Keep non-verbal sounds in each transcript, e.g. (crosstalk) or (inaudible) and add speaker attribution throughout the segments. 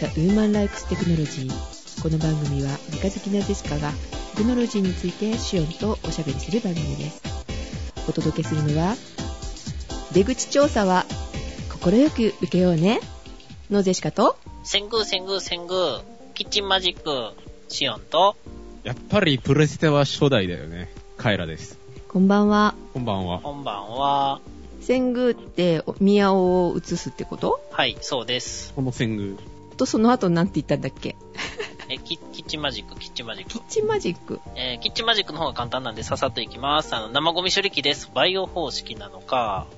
Speaker 1: The Human Likes Technology この番組は理科好きなジェシカがテクノロジーについてシオンとおしゃべりする番組ですお届けするのは出口調査は快く受けようねのジェシカと
Speaker 2: せんぐーせんぐーせんぐー、キッチンマジック、シオンと、
Speaker 3: やっぱりプレステは初代だよね。カエラです。
Speaker 1: こんばんは
Speaker 3: こんばんは。
Speaker 2: こんばんは。
Speaker 1: 遷宮って宮尾を移すってこと
Speaker 2: はい、そうです。
Speaker 3: この戦宮。
Speaker 1: とその後なんて言ったんだっけ
Speaker 2: え、キキッチンマジック、キッチンマジッ
Speaker 1: キ
Speaker 2: ク
Speaker 1: ッ。チンマジック
Speaker 2: えーキッチンマジックの方が簡単なんでささっといきます。あの、生ゴミ処理器です。バイオ方式なのか、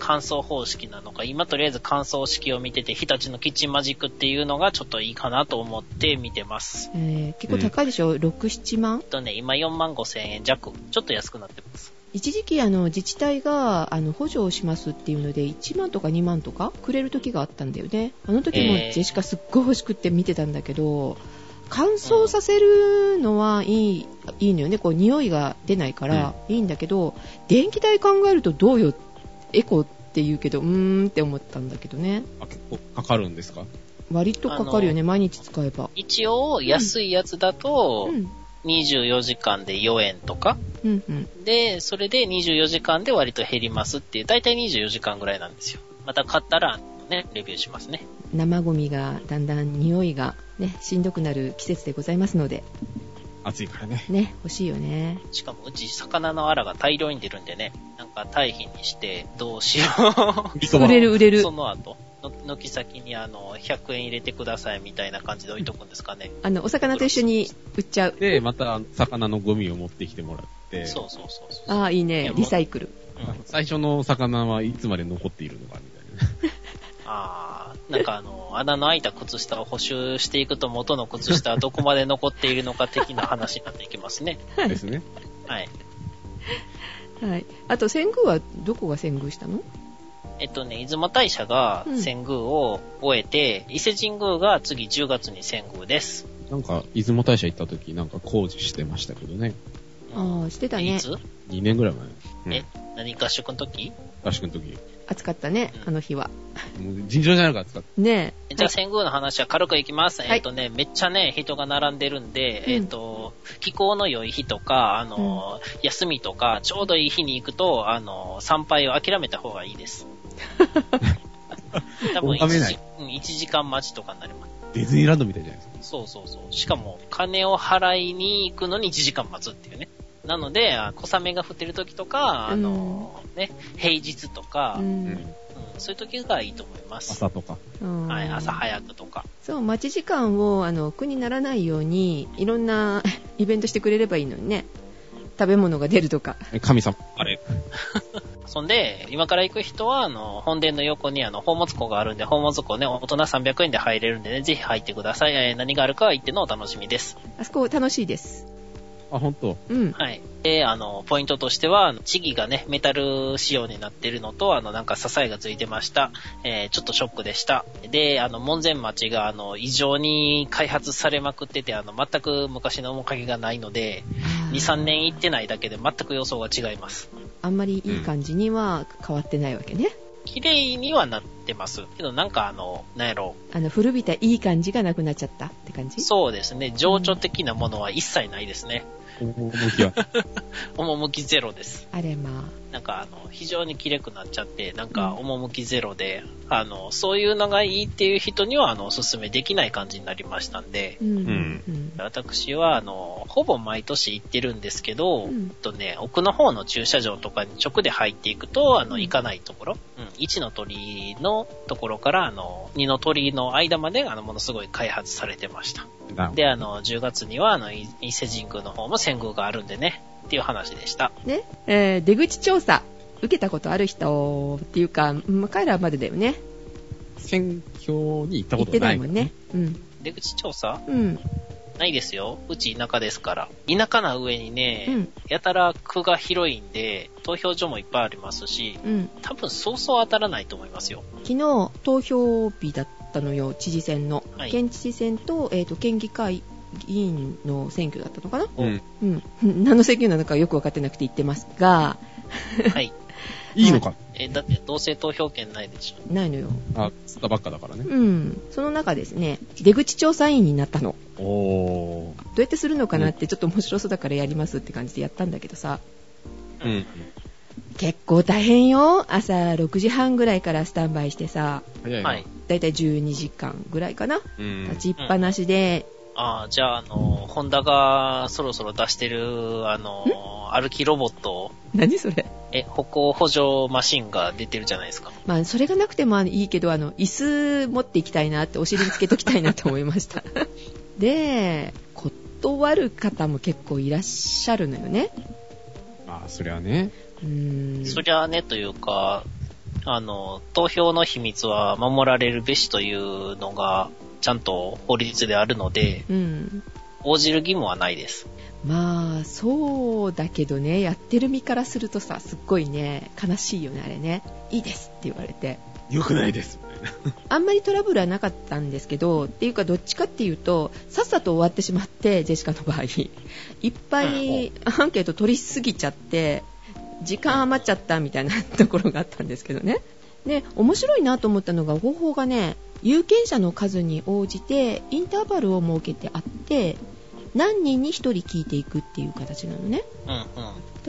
Speaker 2: 乾燥方式なのか、今とりあえず乾燥式を見てて、日立のキッチンマジックっていうのがちょっといいかなと思って見てます。
Speaker 1: えー結構高いでしょ、67万
Speaker 2: えっとね、今4万5千円弱。ちょっと安くなってます。
Speaker 1: 一時期あの自治体があの補助をしますっていうので1万とか2万とかくれる時があったんだよねあの時も
Speaker 2: えー
Speaker 1: ジェシカすっごい欲しくって見てたんだけど乾燥させるのはいいいいのよねこう匂いが出ないからいいんだけど、電気代考えるとどうよエコって言うけどうーんって思ったんだけどね
Speaker 3: あ、結構かかるんですか
Speaker 1: 割とかかるよね毎日使えば
Speaker 2: 一応、安いやつだと
Speaker 1: う、ん
Speaker 2: 24時間で4円とか、
Speaker 1: うんうん
Speaker 2: で、それで24時間で割と減りますっていう、だいたい24時間ぐらいなんですよ。また買ったら、ね、レビューしますね。
Speaker 1: 生ゴミがだんだん匂いがねしんどくなる季節でございますので
Speaker 3: 暑いからね。
Speaker 1: ね欲しいよね
Speaker 2: しかも、うち魚のアラが大量に出るんでね、なんか堆肥にして、どうしよ
Speaker 3: 売り
Speaker 1: (laughs) 売れる売れ
Speaker 2: う。
Speaker 1: る
Speaker 2: その後、の軒先にあの、100円入れてくださいみたいな感じで置いとくんですかね。
Speaker 1: あのお魚と一緒に売っちゃう
Speaker 3: で、また、魚のゴミを持ってきてもらって。
Speaker 2: そうそうそうそう。
Speaker 1: ああいい
Speaker 2: い
Speaker 1: ね
Speaker 2: やもう
Speaker 1: リサイクル
Speaker 2: うん
Speaker 3: 最初の魚はいつまで残っているのかみたいな。
Speaker 2: あー、なんかあの、穴の開いた靴下を補修していくと元の靴下はどこまで残っているのか的な話になっていきますね。
Speaker 3: ですね。
Speaker 2: はい。
Speaker 1: はいあと遷宮はどこが遷宮したの
Speaker 2: えっとね、出雲大社が
Speaker 1: うん
Speaker 2: 遷宮を終えて、伊勢神宮が次10月に遷宮です。
Speaker 3: なんか、出雲大社行った時なんか工事してましたけどね。
Speaker 2: うん
Speaker 1: ああしてた
Speaker 2: い
Speaker 1: ね
Speaker 2: つ
Speaker 3: 2年ぐらい前。うん
Speaker 2: え何合宿の時
Speaker 3: 合宿の時。
Speaker 1: 暑かったね
Speaker 2: うん
Speaker 1: あの日は
Speaker 3: もう尋常じゃなかった。
Speaker 1: ねえ
Speaker 2: じゃあ遷宮の話は軽くいきます。
Speaker 1: はい
Speaker 2: えっとね、めっちゃね、人が並んでるんで、
Speaker 1: うん
Speaker 2: えっと、気候の良い日とか、あの、休みとか、ちょうどいい日に行くと、あの、参拝を諦めた方がい
Speaker 1: (laughs)
Speaker 2: いです。多分
Speaker 3: おかめ
Speaker 2: 1
Speaker 3: な
Speaker 2: 時
Speaker 3: い
Speaker 2: うん1時間待ちとかになります。
Speaker 3: ディズニーランドみたいじゃないですか。
Speaker 2: そうそうそう。しかも、金を払いに行くのに1時間待つっていうね。なので、あ小雨が降ってる時とか、あの、ね、平日とか、
Speaker 1: う
Speaker 2: うん
Speaker 1: ん
Speaker 2: そういう時がいいと思います。
Speaker 3: 朝とか。
Speaker 1: うん
Speaker 2: はい、朝早くとか。
Speaker 1: そう待ち時間をあの苦にならないようにいろんな (laughs) イベントしてくれればいいのにね食べ物が出るとか
Speaker 3: 神様、あれ。
Speaker 2: そんで、今から行く人は、あの、本殿の横に、あの、宝物庫があるんで、宝物庫ね、大人300円で入れるんでね、ぜひ入ってください。えー何があるかは行ってのお楽しみです。
Speaker 1: あそこ楽しいです
Speaker 3: あ、ほんと。
Speaker 1: うん
Speaker 2: はい。で、あの、ポイントとしては、あの地木がね、メタル仕様になってるのと、あの、なんか支えがついてました。えー、ちょっとショックでした。で、あの、門前町が、あの、異常に開発されまくってて、あの、全く昔の面影がないので、2、3年行ってないだけで全く予想が違います。
Speaker 1: あんまりいい感じには変わってないわけね
Speaker 2: 綺麗にはなってます。けど、なんかあの、なんやろ
Speaker 1: あの古びたいい感じがなくなっちゃったって感じ
Speaker 2: う。そうですね、情緒的なものは一切ないですね。
Speaker 3: 趣は。
Speaker 2: 趣ゼロです。
Speaker 1: あれま
Speaker 2: なんかあの、非常に綺麗くなっちゃって、なんか趣ゼロで、あの、そういうのがいいっていう人には、あの、おすすめできない感じになりましたんで
Speaker 1: あ、うん
Speaker 3: ん
Speaker 1: うん
Speaker 2: 私は、あの、ほぼ毎年行ってるんですけど、
Speaker 1: うん
Speaker 2: えっとね、奥の方の駐車場とかに直で入っていくと、あ
Speaker 1: う
Speaker 2: の、
Speaker 1: ん
Speaker 2: 行かないところ、うん、1の鳥居のところから、あの、2の鳥居の間まで、あの、ものすごい開発されてました。
Speaker 3: な
Speaker 2: で、あの、10月には、あの、い伊勢神宮の方も遷宮があるんでね、っていう話でした。
Speaker 1: ね、えー出口調査受けたことある人っていうか、まあ、彼らまでだよね
Speaker 3: 選挙に行った
Speaker 1: 行
Speaker 3: こ
Speaker 1: っ
Speaker 3: と
Speaker 1: てな
Speaker 3: ないい
Speaker 1: も
Speaker 3: から
Speaker 1: んね。うん
Speaker 2: 出口調査
Speaker 1: うん
Speaker 2: ないですよ。うち田舎ですから。田舎な上にね、
Speaker 1: うん
Speaker 2: やたら区が広いんで、投票所もいっぱいありますし、
Speaker 1: うん
Speaker 2: 多分そうそう当たらないと思
Speaker 1: (laughs)
Speaker 2: いますよ。
Speaker 1: 昨日投票日だったのよ知事選の、
Speaker 2: はい
Speaker 1: 県知事選と,、えー、と県議会議員の選挙だったのかな、 (laughs)
Speaker 3: うん。
Speaker 1: うん、何の選挙なのかよく分かってなくて言ってますが
Speaker 2: はい。
Speaker 3: いいのか。
Speaker 2: え、だって同性投票権ないでしょ。
Speaker 1: ないのよ。
Speaker 3: あ、釣ったばっかだからね。
Speaker 1: うん。その中ですね、出口調査員になったの。
Speaker 3: おー。
Speaker 1: どうやってするのかなってちょっと面白そうだからやりますって感じでやったんだけどさ、
Speaker 3: うん。
Speaker 1: 結構大変よ。朝6時半ぐらいからスタンバイしてさ、
Speaker 3: 早いな。
Speaker 2: はい。
Speaker 1: だいたい12時間ぐらいかな。
Speaker 3: うん。
Speaker 1: 立ちっぱなしで、
Speaker 2: ああ、じゃあ、あの、ホンダがそろそろ出してる、あの、歩きロボット、
Speaker 1: 何それ
Speaker 2: え、歩行補助マシンが出てるじゃないですか。
Speaker 1: まあ、それがなくてもいいけど、あの、椅子持っていきたいなって、お尻につけときたいなと思いま
Speaker 3: (laughs)
Speaker 1: した。で、断る方も結構いらっしゃるのよね。
Speaker 3: まあ、そりゃね。
Speaker 1: うーん。
Speaker 2: そりゃね、というか、あの、投票の秘密は守られるべしというのが、ちゃんと法律であるので、
Speaker 1: うん。
Speaker 2: 応じる義務はないです。
Speaker 1: まあ、そうだけどね、やってる身からするとさ、すっごいね、悲しいよね、あれね。いいですって言われて。
Speaker 3: 良くないです。
Speaker 1: あんまりトラブルはなかったんですけど、っていうかどっちかっていうと、さっさと終わってしまって、ジェシカの場合、 (laughs) いっぱいアンケート取りすぎちゃって、時間余っちゃったみたいな (laughs) ところがあったんですけどね。で、面白いなと思ったのが方法がね、有権者の数に応じてインターバルを設けてあって、何人に1人聞いていくっていう形なのね。
Speaker 2: うんうん。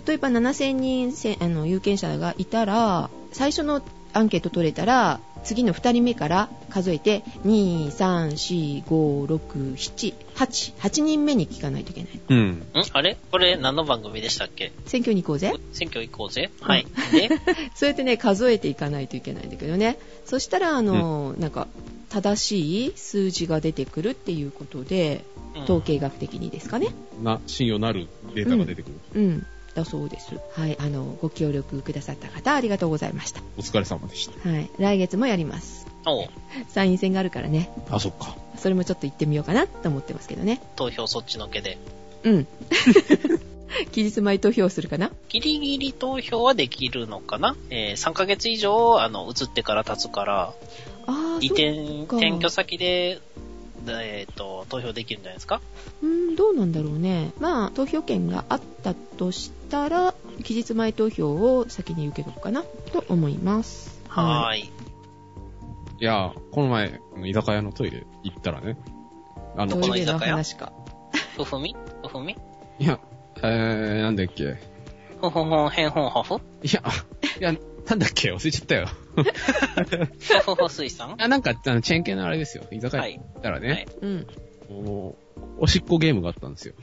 Speaker 1: 例えば7000人せあの有権者がいたら最初のアンケート取れたら次の2人目から数えて2345678人目に聞かないといけない
Speaker 3: うん。
Speaker 2: んあれこれ何の番組でしたっけ
Speaker 1: 選挙に行こうぜ
Speaker 2: 選挙行こうぜ。はい。で、
Speaker 1: そうやってね数えていかないといけないんだけどねそしたらあの、なんか正しい数字が出てくるっていうことで
Speaker 2: うん
Speaker 1: 統計学的にですかね
Speaker 3: な、信用なるデータが出てく
Speaker 1: う
Speaker 3: る。
Speaker 1: んだそうですはいあのご協力くださった方ありがとうございました
Speaker 3: お疲れ様でした。
Speaker 1: はい来月もやります
Speaker 2: おう
Speaker 1: 参院選があるからね
Speaker 3: あ、そっか。
Speaker 1: それもちょっと行ってみようかなと思ってますけどね。
Speaker 2: 投票そっちのけで。
Speaker 1: うん。 (laughs) 期日前投票するかな
Speaker 2: ギリギリ投票はできるのかなえー3ヶ月以上、あの、移ってから経つから、
Speaker 1: ああ、
Speaker 2: 移
Speaker 1: そう
Speaker 2: 転、
Speaker 1: か
Speaker 2: 転居先で、えっ、と、投票できるんじゃないですか
Speaker 1: うん、どうなんだろうね。まあ、投票権があったとしたら、期日前投票を先に受け取るかなと思います。
Speaker 2: はーい。
Speaker 3: いやー、この前、あの居酒屋のトイレ行ったらね、あ
Speaker 1: い。
Speaker 3: の
Speaker 1: ト、
Speaker 2: この
Speaker 1: イレ
Speaker 2: 居
Speaker 1: の
Speaker 2: 酒屋
Speaker 1: 話か。
Speaker 2: ふふみふふみ
Speaker 3: いや、えー、なんだっけ。
Speaker 2: ふふふん、へんほんはふ
Speaker 3: いや、いや、なんだっけ忘れちゃったよ。
Speaker 2: ふふふ水産
Speaker 3: あ、なんか、あの、チェーン系のあれですよ。居酒
Speaker 2: は
Speaker 3: 屋行
Speaker 2: い。
Speaker 3: ったらね、
Speaker 2: はい
Speaker 1: うん。
Speaker 3: もう、おしっこゲームがあったんですよ。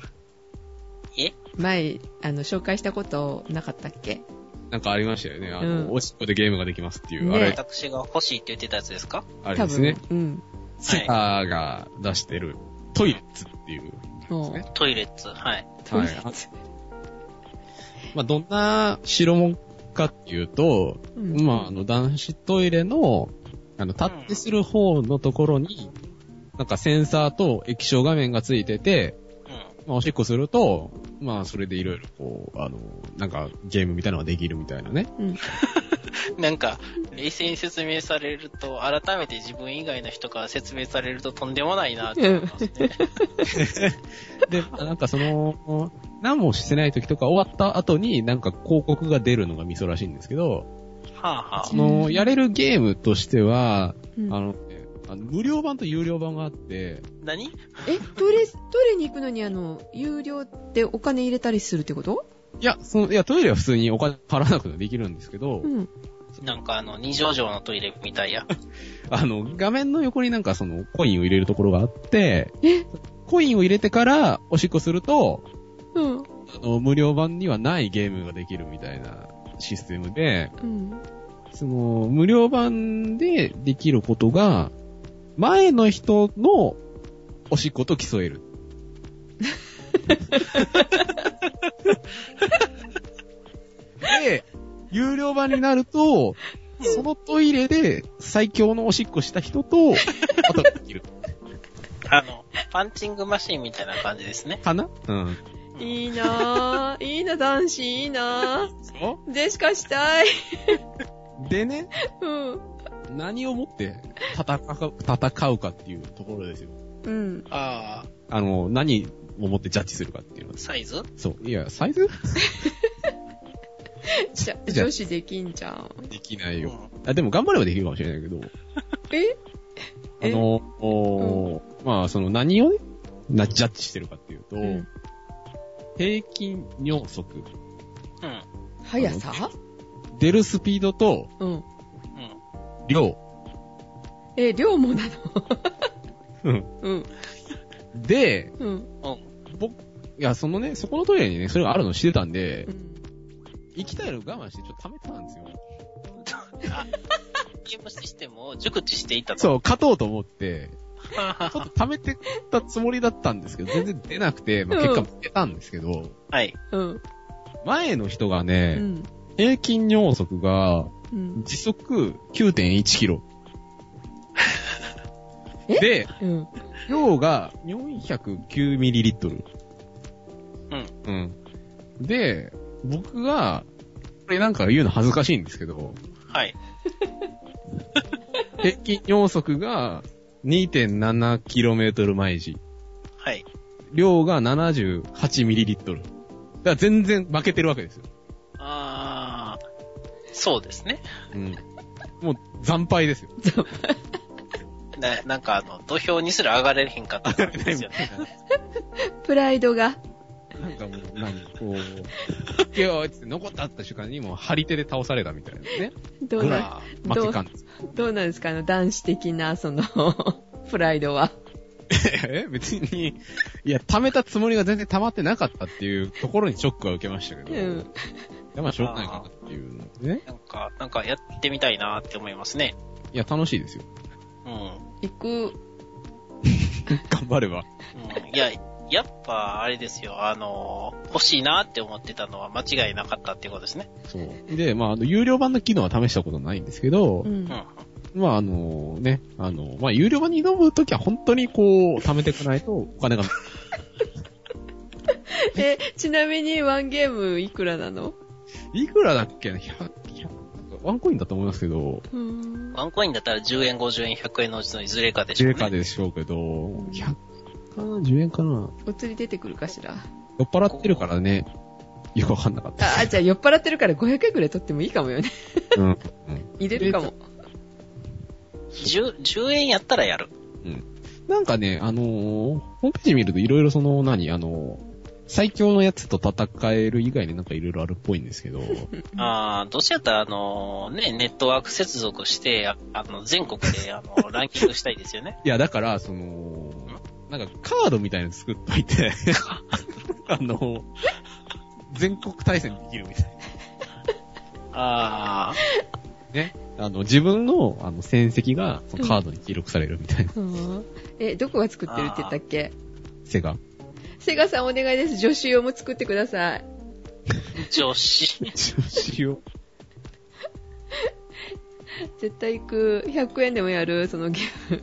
Speaker 2: え
Speaker 1: 前、あの、紹介したことなかったっけ
Speaker 3: なんかありましたよね。あの、
Speaker 1: うん
Speaker 3: おしっこでゲームができますっていう、
Speaker 1: ね
Speaker 3: あれ、
Speaker 2: 私が欲しいって言ってたやつですか
Speaker 3: あれですね。
Speaker 1: 多分。うん。
Speaker 3: セーターが出してる、トイレッツっていう。
Speaker 1: もう
Speaker 3: ね
Speaker 2: トイレッツ。はい。
Speaker 1: トイレ
Speaker 3: はいまあ、どんな白物かっていうと、
Speaker 1: うん
Speaker 3: まあ、あの、男子トイレの、あの、タッチする方のところに、なんかセンサーと液晶画面がついてて、
Speaker 2: う
Speaker 3: まあ、おしっこすると、まあ、それでいろいろこう、あの、なんかゲームみたいなのができるみたいなね。
Speaker 1: うん。
Speaker 2: ん。なんか、冷静に説明されると、改めて自分以外の人から説明されるととんでもないなって思いますね。
Speaker 3: で、まあなんかその、何もしてない時とか終わった後になんか広告が出るのがミソらしいんですけど、
Speaker 2: はあはあ
Speaker 3: そ。の、やれるゲームとしては、
Speaker 1: うん
Speaker 3: あの、あの無料版と有料版があって、
Speaker 2: 何
Speaker 1: え、トイレ、トイレに行くのに、あの、有料ってお金入れたりするってこと
Speaker 3: いや、その、いや、トイレは普通にお金払わなくてもできるんですけど、
Speaker 1: うん。
Speaker 2: なんかあの、二条城のトイレみたいや。
Speaker 3: あの、画面の横になんかその、コインを入れるところがあって
Speaker 1: え、
Speaker 3: コインを入れてからおしっこすると、
Speaker 1: うん。
Speaker 3: あの、無料版にはないゲームができるみたいなシステムで、
Speaker 1: うん。
Speaker 3: その、無料版でできることが、前の人のおしっこと競える。で、有料版になると、そのトイレで最強のおしっこした人と、あとできる。
Speaker 2: あの、パンチングマシーンみたいな感じですね。
Speaker 3: かなうん。
Speaker 1: いいなぁ。いいな、男子、いいなぁ。
Speaker 3: そ
Speaker 1: でしかしたい。
Speaker 3: うでね、
Speaker 1: うん。
Speaker 3: 何をもって戦う、戦うかっていうところですよ。
Speaker 1: うん。
Speaker 2: ああ、
Speaker 3: あの、何をもってジャッジするかっていうのです。
Speaker 2: サイズ
Speaker 3: そう。いや、サイズ
Speaker 1: じゃ女子できんじゃん。
Speaker 3: できないよ。
Speaker 2: う
Speaker 3: あ、でも頑張ればできるかもしれないけど、
Speaker 1: え
Speaker 3: あの、おーまあ、その何をね、な、ジャッジしてるかっていうと、
Speaker 1: うん
Speaker 3: 平均尿速、
Speaker 2: ん。うん。
Speaker 1: 速さ
Speaker 3: 出るスピードと
Speaker 1: うん。
Speaker 2: うん。
Speaker 3: 量、
Speaker 1: え、量もなの
Speaker 3: うん
Speaker 1: うん。
Speaker 3: で、
Speaker 1: うん。
Speaker 3: 僕、いや、そのね、そこのトイレにね、それがあるの知ってたんで
Speaker 1: う、ん。
Speaker 3: 行きたいの我慢してちょっと溜めてたんですよ。
Speaker 2: あ、ゲームシステムを熟知していたと。
Speaker 3: そう、勝とうと思って、
Speaker 2: は
Speaker 3: ちょっと溜めてたつもりだったんです (laughs) けど、全然出なくて、まあ、
Speaker 1: うん
Speaker 3: 結果出たんですけど、
Speaker 2: い。
Speaker 1: うん。
Speaker 3: 前の人が
Speaker 1: う
Speaker 3: ね、
Speaker 1: ん。
Speaker 3: 平均尿速が
Speaker 1: うん。
Speaker 3: 時速9.1キロ。
Speaker 1: え
Speaker 3: で、
Speaker 1: うん。
Speaker 3: 量が409ミリリットル。
Speaker 2: う
Speaker 3: うん。で、僕が、これなんか言うの恥ずかしいんですけど、
Speaker 2: はい。
Speaker 3: 平均尿速が 2.7km 毎時。
Speaker 2: はい。
Speaker 3: 量が 78ml。だから全然負けてるわけですよ。
Speaker 2: あー。そうですね。
Speaker 3: うん。もう惨
Speaker 2: (laughs)
Speaker 3: 敗ですよ。
Speaker 2: な、なんかあの、土俵にすら上がれへんかったんですよ
Speaker 3: (laughs)
Speaker 2: ね。
Speaker 1: プライドが。
Speaker 3: なんかもう、何、こう、いやーっつって残ったって瞬間にもう張り手で倒されたみたいなね。
Speaker 1: どう
Speaker 3: ぐ
Speaker 1: な、
Speaker 3: らー負け感 (laughs) です。
Speaker 1: どうなんですかあの、男子的な、その、 (laughs) プライドは。
Speaker 3: え別に、いや、溜めたつもりが全然溜まってなかったっていうところにショックは受けましたけ
Speaker 1: う
Speaker 3: ど、い
Speaker 1: ん。
Speaker 3: やまあしょうがないかなっていうのでね。
Speaker 2: なんか、なんかやってみたいなって思いますね。
Speaker 3: いや、楽しいですよ。
Speaker 2: う
Speaker 1: 行
Speaker 2: ん。
Speaker 1: く。
Speaker 3: 頑張れば。
Speaker 2: (laughs) うん、いや、やっぱ、あれですよ。あの、欲しいなって思ってたのは間違いなかったっていうことですね。
Speaker 3: そう。で、まあ、あの、有料版の機能は試したことないんですけど
Speaker 1: う、ん
Speaker 2: うん。。
Speaker 3: まあ、あのね、あの、まあ、有料版に挑むときは本当にこう、貯めていかないとお金が、
Speaker 1: え、ちなみにワンゲームいくらなの
Speaker 3: いくらだっけな ?100、100ワンコインだと思いますけど、
Speaker 1: うーん。
Speaker 2: ワンコインだったら10円、50円、100円のうちのいずれかでしょ
Speaker 3: 10
Speaker 2: う
Speaker 3: 円か
Speaker 2: ね。
Speaker 3: でしょうけど、100かな ?10 円かな
Speaker 1: お釣り出てくるかしら。
Speaker 3: 酔っ払ってるからね、よくわかんなかっ (laughs)
Speaker 1: あ、あじゃあ酔っ払ってるから500円くらい取ってもいいかもよね。
Speaker 3: た。うん。
Speaker 1: 入れるかも。
Speaker 2: 10, 10円やったらやる。
Speaker 3: なんかね、あのーホームページ見るといろいろその、何、あのー最強のやつと戦える以外になんかいろいろあるっぽいんですけ (laughs) ど、
Speaker 2: ああ、どうせやったら、あの、ね、ネットワーク接続して、ああの、全国で、あの、ランキングしたいです (laughs) よね。
Speaker 3: いや、だから、その、なんかカードみたいなの作っとい (laughs) て、あの、全国対戦できるみたい
Speaker 2: ああ、
Speaker 3: なね。あの、自分の、あの、戦績が、そのカードに記録されるみたいな、
Speaker 1: うんえ、どこが作ってるって言ったっけ
Speaker 3: セガ。
Speaker 1: セガさんお願いです。女子用も作ってください。
Speaker 2: 女子。
Speaker 3: 一応
Speaker 1: 絶対行く。100円でもやる、そのゲー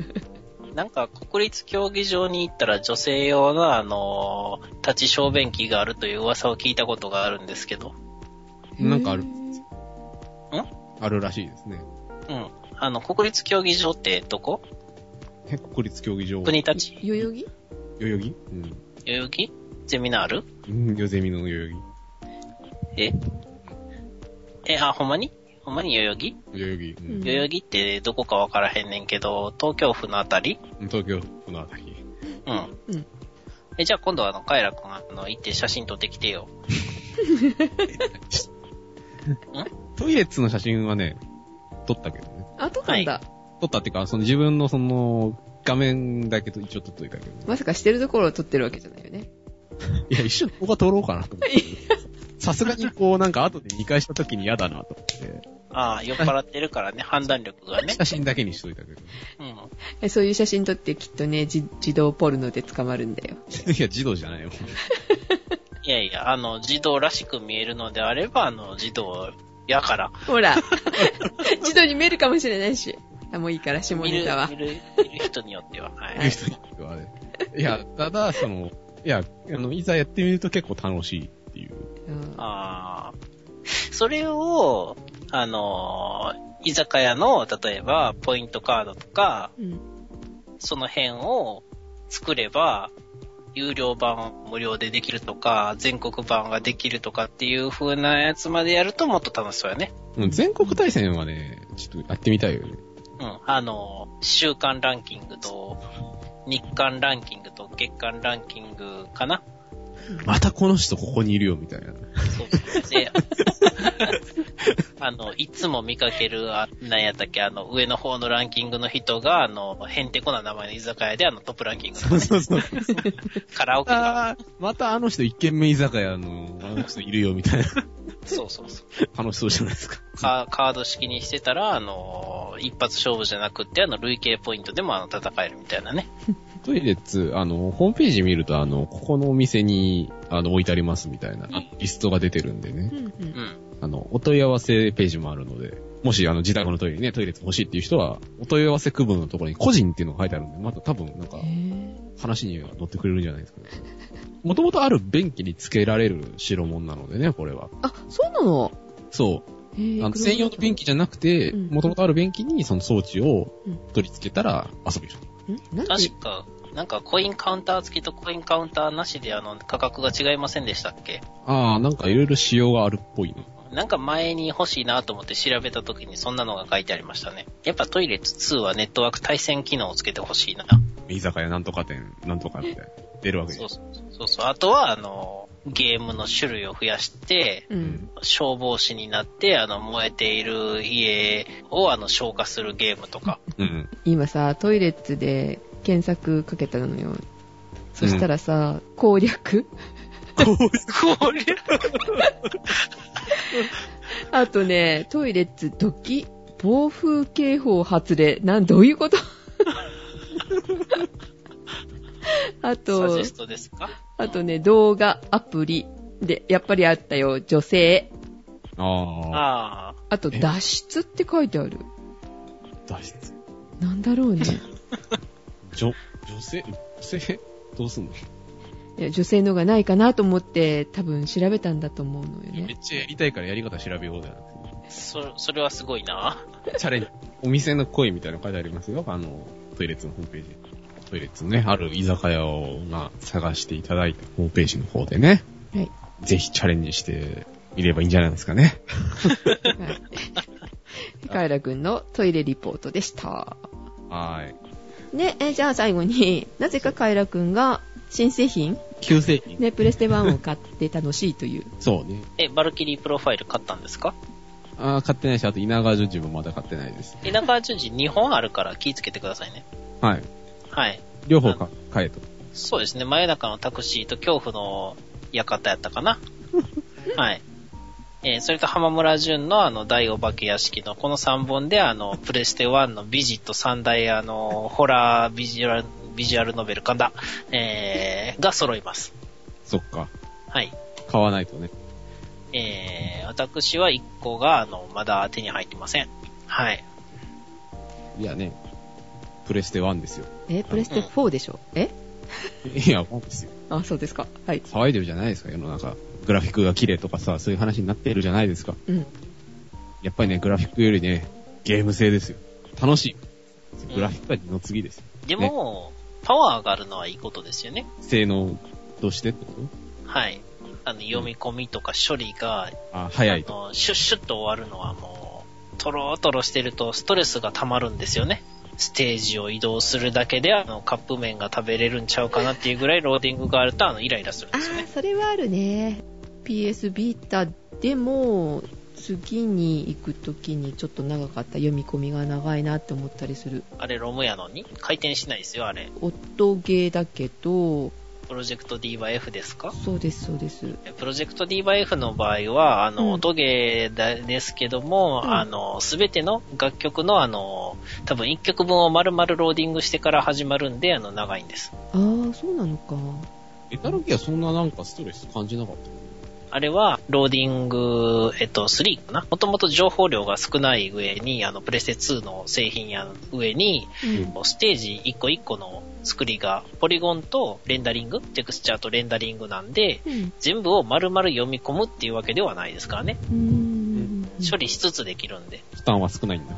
Speaker 1: ム。
Speaker 2: なんか、国立競技場に行ったら女性用の、あの、立ち小便器があるという噂を聞いたことがあるんですけど。
Speaker 3: (laughs) なんかある
Speaker 1: へー
Speaker 3: あるらしいですね。
Speaker 2: うん。あの、国立競技場ってどこ
Speaker 3: え国立競技場。
Speaker 2: 国立
Speaker 1: 代々木
Speaker 3: 代々木
Speaker 2: 代々木ゼミナール
Speaker 3: うん。ヨゼミの代々
Speaker 2: ええ、あ、ほんまにほんまに代々木
Speaker 3: 木。代々木。う
Speaker 1: うん
Speaker 3: ん。
Speaker 2: 代々木ってどこかわからへんねんけど、東京府のあたり
Speaker 3: 東京この辺り。
Speaker 2: うん。
Speaker 1: うん。
Speaker 2: え、じゃあ今度はあの、カイラくん、あの、行って写真撮ってきてよ。
Speaker 3: トイレッツの写真はね、撮ったけどね。
Speaker 1: あ、撮ったんだ。
Speaker 3: 撮ったっていうか、その自分のその、画面だけど一応撮っといたけど、ね。
Speaker 1: まさかしてるところを撮ってるわけじゃないよね。
Speaker 3: いや、一緒に動画撮ろうかなと思って。さすがにこう、なんか後で見返した時に嫌だなと思って。
Speaker 2: ああ、酔っ払ってる (laughs) からね、判断力がね。
Speaker 3: 写真だけにしといたけど。
Speaker 2: うん。
Speaker 1: えそういう写真撮ってきっとね、じ自動ポルノで捕まるんだよ。
Speaker 3: いや、児童じゃないよ。
Speaker 2: いやいや、あの、児童らしく見えるのであれば、あの、児童やから。
Speaker 1: ほら。自動に見えるかもしれないし。あ、もういいから、下
Speaker 2: 見
Speaker 1: ネ
Speaker 2: る
Speaker 1: タは、
Speaker 2: 見。る、見る人によ
Speaker 1: (laughs)
Speaker 2: っては。は
Speaker 3: 言う
Speaker 2: い。
Speaker 3: 人にとってはね。いや、ただ、その、いや、あの、いざやってみると結構楽しいっていう。
Speaker 1: うん
Speaker 2: ああ。それを、あの、居酒屋の、例えば、ポイントカードとか、
Speaker 1: うん
Speaker 2: その辺を作れば、有料版無料でできるとか、全国版ができるとかっていう風なやつまでやるともっと楽しそうやね。
Speaker 3: うん全国大戦はね、ちょっとやってみたいよね。
Speaker 2: うん。あの、週間ランキングと、日間ランキングと月間ランキングかな
Speaker 3: またこの人ここにいるよ、みたい (laughs) な。
Speaker 2: そう。
Speaker 3: (laughs)
Speaker 2: で、あの、いつも見かける、あなんやったっけ、あの、上の方のランキングの人が、あの、へんてこな名前の居酒屋で、あの、トップランキングの
Speaker 3: そうそうそう。
Speaker 2: カラオケが、
Speaker 3: あーまたあの人一軒目居酒屋の、あの人いるよ、みたいな。
Speaker 2: そうそうそう。
Speaker 3: 楽しそうじゃないですか。
Speaker 2: カカード式にしてたら、あの、一発勝負じゃなくって、あの、累計ポイントでも、あの、戦えるみたいなね。
Speaker 3: トイレッツ、あの、ホームページ見ると、あの、ここのお店に、あの、置いてありますみたいな、あリストが出てるんでね。
Speaker 1: うんう。
Speaker 2: うんん。
Speaker 3: あの、お問い合わせページもあるので、もし、あの、自宅のトイレにね、トイレッツ欲しいっていう人は、お問い合わせ区分のところに個人っていうのが書いてあるんで、また多分、なんか
Speaker 1: へ、ー
Speaker 3: 話には乗ってくれるんじゃないですかね。もともとある便器につけられる代物なのでね、これは。
Speaker 1: あ、そうなの
Speaker 3: そう。
Speaker 1: へー
Speaker 3: あの専用の便器じゃなくて、
Speaker 1: うん
Speaker 3: もともとある便器にその装置を
Speaker 1: うん
Speaker 3: 取り付けたら遊べる。
Speaker 1: んなんで
Speaker 2: 確か、なんか、コインカウンター付きとコインカウンターなしで、あの、価格が違いませんでしたっけ
Speaker 3: ああ、なんかいろいろ仕様があるっぽいの。
Speaker 2: なんか前に欲しいなと思って調べた時にそんなのが書いてありましたね。やっぱトイレ2はネットワーク対戦機能をつけてほしいな。
Speaker 3: 居酒屋なんとか店、なんとかみたいな。出るわけ
Speaker 2: そ
Speaker 3: で
Speaker 2: う
Speaker 3: す。
Speaker 2: そうそうそう。あとは、あの、ゲームの種類を増やして、
Speaker 1: う。。
Speaker 3: うん
Speaker 2: 消防士になって、あの、燃えている家を、あの、消火するゲームとか。
Speaker 3: うん。
Speaker 1: 今さ、トイレッツで検索かけたのよ。そしたらさ、攻略
Speaker 2: これ
Speaker 1: あとね、トイレッツドキ、暴風警報発令。なん、どういうことあ
Speaker 2: サジ
Speaker 1: と
Speaker 2: ェ、ストですか
Speaker 1: あとね、動画、アプリ。で、やっぱりあったよ、女性。
Speaker 3: ああ、
Speaker 2: あ
Speaker 1: あと、
Speaker 3: え
Speaker 1: 脱出って書いてある。
Speaker 3: 脱出。
Speaker 1: なんだろうね。
Speaker 3: 女、女性、女性、どうすんの
Speaker 1: いや女性のがないかなと思って、多分調べたんだと思うのよ
Speaker 3: め
Speaker 1: ね。
Speaker 3: っちゃやりたいからやり方調べようじゃなくて。
Speaker 2: あ、そ、それはすごいな。
Speaker 3: チャレンジ。お店の声みたいなの書いてありますよ。あの、トイレッツのホームページ。トイレッツのね、ある居酒屋を、まあ、探していただいて、ホームページの方でね。
Speaker 1: はい。
Speaker 3: ぜひチャレンジしてみればいいんじゃないですかね。
Speaker 1: はい。 (laughs) カイラ君のトイレリポートでした。
Speaker 3: はーい。
Speaker 1: ね、えじゃあ最後に、なぜかカイラ君が新製品、
Speaker 3: 旧世紀。
Speaker 1: ね、プレステ1を買って楽しいという。
Speaker 3: そうね。
Speaker 2: え、バルキリープロファイル買ったんですか
Speaker 3: あー買ってないし、あと稲川淳二もまだ買ってないです。
Speaker 2: 田舎順次2本あるから気ぃつけてくださいね。
Speaker 3: はい。
Speaker 2: はい。
Speaker 3: 両方か買えと。
Speaker 2: そうですね、真夜中のタクシーと恐怖の館やったかな。はい。えーそれと浜村淳のあの、大お化け屋敷のこの3本であの、プレステ1のビジット3大あの、ホラービジュアル、ビジュアルノベルかな、えー、が揃います。
Speaker 3: そっか。
Speaker 2: はい。
Speaker 3: 買わないとね。
Speaker 2: えー、私は1個があの、まだ手に入ってません。はい。
Speaker 3: いやね。プレステ1ですよ。
Speaker 1: え、プレステ4でしょえ
Speaker 3: いや、1ですよ。
Speaker 1: あ、そうですか。はい。
Speaker 3: 騒いでるじゃないですか、世の中。グラフィックが綺麗とかさ、そういう話になってるじゃないですか。
Speaker 1: うん。
Speaker 3: やっぱりね、グラフィックよりね、ゲーム性ですよ。楽しい。グラフィックは二の次ですよ。
Speaker 2: でも、パワー上がるのはいいことですよね。
Speaker 3: 性能としてってこと
Speaker 2: はい。あの、読み込みとか処理が
Speaker 3: あ、早い
Speaker 2: あ
Speaker 3: と。
Speaker 2: の、シュッシュッと終わるのはもう、トロトロしてるとストレスが溜まるんですよね。ステージを移動するだけで、あの、カップ麺が食べれるんちゃうかなっていうぐらいローディングがあると、あの、イライラするん
Speaker 1: あ
Speaker 2: ですよ
Speaker 1: ー、
Speaker 2: ね。
Speaker 1: それはあるね。PS ビータでも、次に行くときにちょっと長かった読み込みが長いなって思ったりする。
Speaker 2: あれ、ロムやのに回転しないですよ、あれ。
Speaker 1: 夫ゲーだけど、
Speaker 2: プロジェクト D バ F ですか
Speaker 1: そうです、そうです。
Speaker 2: プロジェクト D バ F の場合は、あ
Speaker 1: うん
Speaker 2: の、音ゲーですけども、
Speaker 1: うん
Speaker 2: あの、すべての楽曲の、あの、多分1曲分を丸々ローディングしてから始まるんで、あの、長いんです。
Speaker 1: ああ、そうなのか。
Speaker 3: メタルギアそんななんかストレス感じなかった。
Speaker 2: あれは、ローディング、えっと、3かなもともと情報量が少ない上に、あの、プレステ2の製品や上に、
Speaker 1: うん
Speaker 2: ステージ一個一個の作りが、ポリゴンとレンダリング、テクスチャーとレンダリングなんで、
Speaker 1: うん
Speaker 2: 全部を丸々読み込むっていうわけではないですからね。
Speaker 1: うん。
Speaker 2: 処理しつつできるんで、
Speaker 3: 負担は少ないんだ。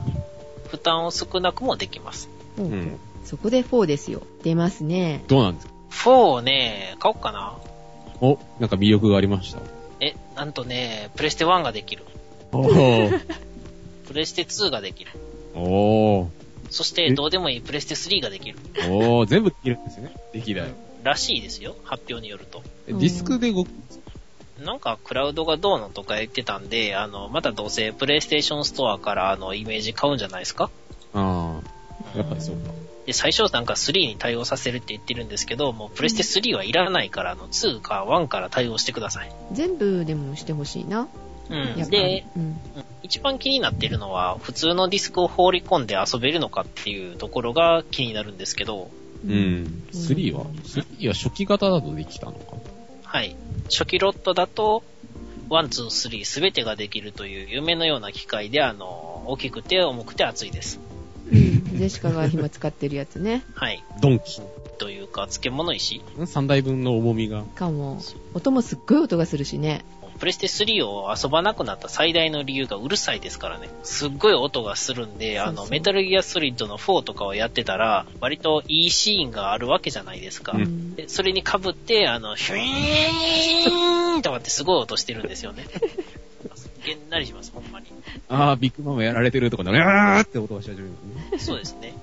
Speaker 2: 負担を少なくもできます。
Speaker 1: う
Speaker 3: うんん。
Speaker 1: そこで4ですよ。出ますね。
Speaker 3: どうなんですか
Speaker 2: 4をね、買おうかな。
Speaker 3: お、なんか魅力がありました。
Speaker 2: え、なんとね、プレステ1ができる。
Speaker 3: おー。
Speaker 2: プレステ2ができる。
Speaker 3: おー。
Speaker 2: そして、
Speaker 3: え
Speaker 2: どうでもいいプレステ3ができる。
Speaker 3: おー、全部できるんですね。できない。
Speaker 2: らしいですよ、発表によると。
Speaker 3: えディスクで動く。
Speaker 2: なんか、クラウドがどうのとか言ってたんで、あの、またどうせ、プレイステーションストアから、あの、イメージ買うんじゃないですか
Speaker 3: ああ。やっぱりそうか。
Speaker 2: で、最初なんか3に対応させるって言ってるんですけど、もうプレステ3はいらないから、あの、2か1から対応してください。
Speaker 1: 全部でもしてほしいな。
Speaker 2: う
Speaker 1: やっぱ
Speaker 2: ん。
Speaker 1: り
Speaker 2: で、
Speaker 1: うん。
Speaker 2: 一番気になってるのは、普通のディスクを放り込んで遊べるのかっていうところが気になるんですけど、
Speaker 3: う。ん。3は ?3 は初期型だとできたのか。
Speaker 2: はい。初期ロットだと、1、2、3すべてができるという夢のような機械で、あの、大きくて重くて熱いです。
Speaker 1: うんジェシカが今使ってるやつね。
Speaker 2: はい。
Speaker 3: ドンキ。
Speaker 2: というか、漬物石。
Speaker 3: 3台分の重みが。
Speaker 1: かも。音もすっごい音がするしね。
Speaker 2: プレステ3を遊ばなくなった最大の理由がうるさいですからね。すっごい音がするんで、あ
Speaker 1: そう
Speaker 2: の、
Speaker 1: そう
Speaker 2: メタルギアソリッドの4とかをやってたら、割といいシーンがあるわけじゃないですか。
Speaker 3: うん
Speaker 1: うん
Speaker 2: でそれに被って、あの、ヒューンとかってすごい音してるんですよね。げんなりします、ほんまに。
Speaker 3: ああ、ビッグマムやられてるとかだね。あーって音がし始めるんですね。
Speaker 2: そうですね。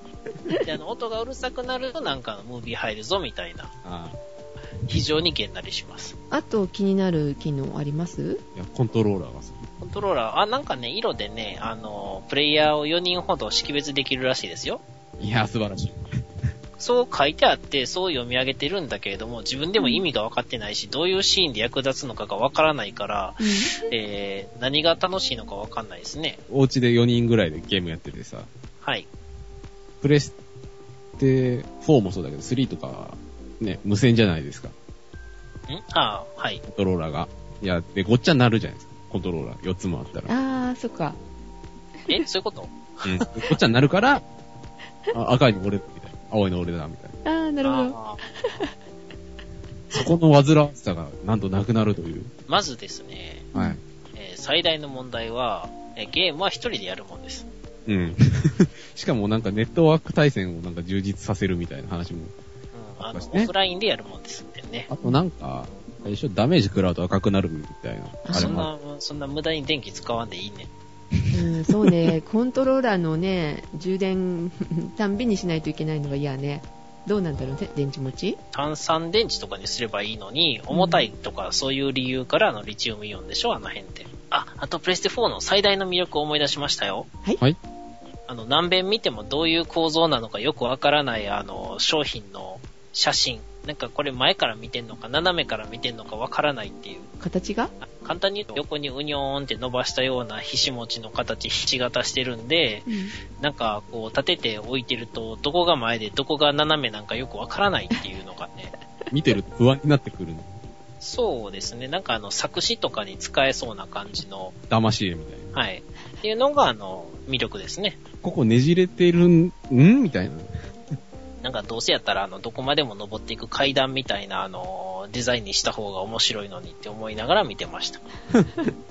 Speaker 2: で、あの、音がうるさくなるとなんかムービー入るぞみたいな、
Speaker 3: あ
Speaker 2: 非常にげんなりします。
Speaker 1: あと気になる機能あります
Speaker 3: あ。いや、コントローラーがさ。
Speaker 2: コントローラー、あ、なんかね、色でね、あの、プレイヤーを4人ほど識別できるらしいですよ。
Speaker 3: いや、素晴らしい。
Speaker 2: そう書いてあって、そう読み上げてるんだけれども、自分でも意味が分かってないし、どういうシーンで役立つのかが分からないから、えー、何が楽しいのか分かんないですね。
Speaker 3: お家で4人ぐらいでゲームやっててさ、
Speaker 2: はい。
Speaker 3: プレステ4もそうだけど、3とか、ね、無線じゃないですか、
Speaker 2: んあーはい。
Speaker 3: コントローラーが。いや、で、ごっちゃになるじゃないですか、コントローラー。4つもあったら。
Speaker 1: あー、そっか。
Speaker 2: え、そういうこと
Speaker 3: うん。ごっちゃになる
Speaker 2: (laughs)
Speaker 3: から、あ赤いの俺だ、みたいな。青いの俺だ、みたいな。
Speaker 1: あー、なるほど。
Speaker 2: あー
Speaker 3: そこの煩わしさが、なんとなくなるという。
Speaker 2: まずですね、
Speaker 3: はい。
Speaker 2: えー最大の問題は、えーゲームは一人でやるもんです。
Speaker 3: うん。 (laughs) しかもなんかネットワーク対戦をなんか充実させるみたいな話も。
Speaker 2: うん、あの、
Speaker 3: そうですね
Speaker 2: オフラインでやるもんですんでね。
Speaker 3: あとなんか、最初ダメージ食らうと赤くなるみたいな。あれ
Speaker 2: そん
Speaker 3: もあ
Speaker 2: な、そんな無駄に電気使わんでいいね。
Speaker 1: うん、そうね、コントローラーのね、充電 (laughs) たんびにしないといけないのは嫌ね。どうなんだろうね、電池持ち
Speaker 2: 炭酸電池とかにすればいいのに、重たいとかそういう理由からあのリチウムイオンでしょ、あの辺って。あ、あとプレステ4の最大の魅力を思い出しましたよ。
Speaker 3: はい。
Speaker 2: あの、何遍見てもどういう構造なのかよくわからないあの、商品の写真。なんかこれ前から見てんのか、斜めから見てんのかわからないっていう。
Speaker 1: 形が
Speaker 2: 簡単に言うと横にうにょーんって伸ばしたようなひし餅の形、ひし形してるんで、なんかこう立てて置いてると、どこが前でどこが斜めなんかよくわからないっていうのがね、
Speaker 3: 見てると不安になってくるの。
Speaker 2: そうですね、なんかあの作詞とかに使えそうな感じの、
Speaker 3: 騙し絵みたいな。
Speaker 2: はい。っていうのがあの魅力ですね。
Speaker 3: ここねじれてるん、んみたいな。
Speaker 2: なんかどうせやったらあのどこまでも登っていく階段みたいなあのデザインにした方が面白いのにって思いながら見てました。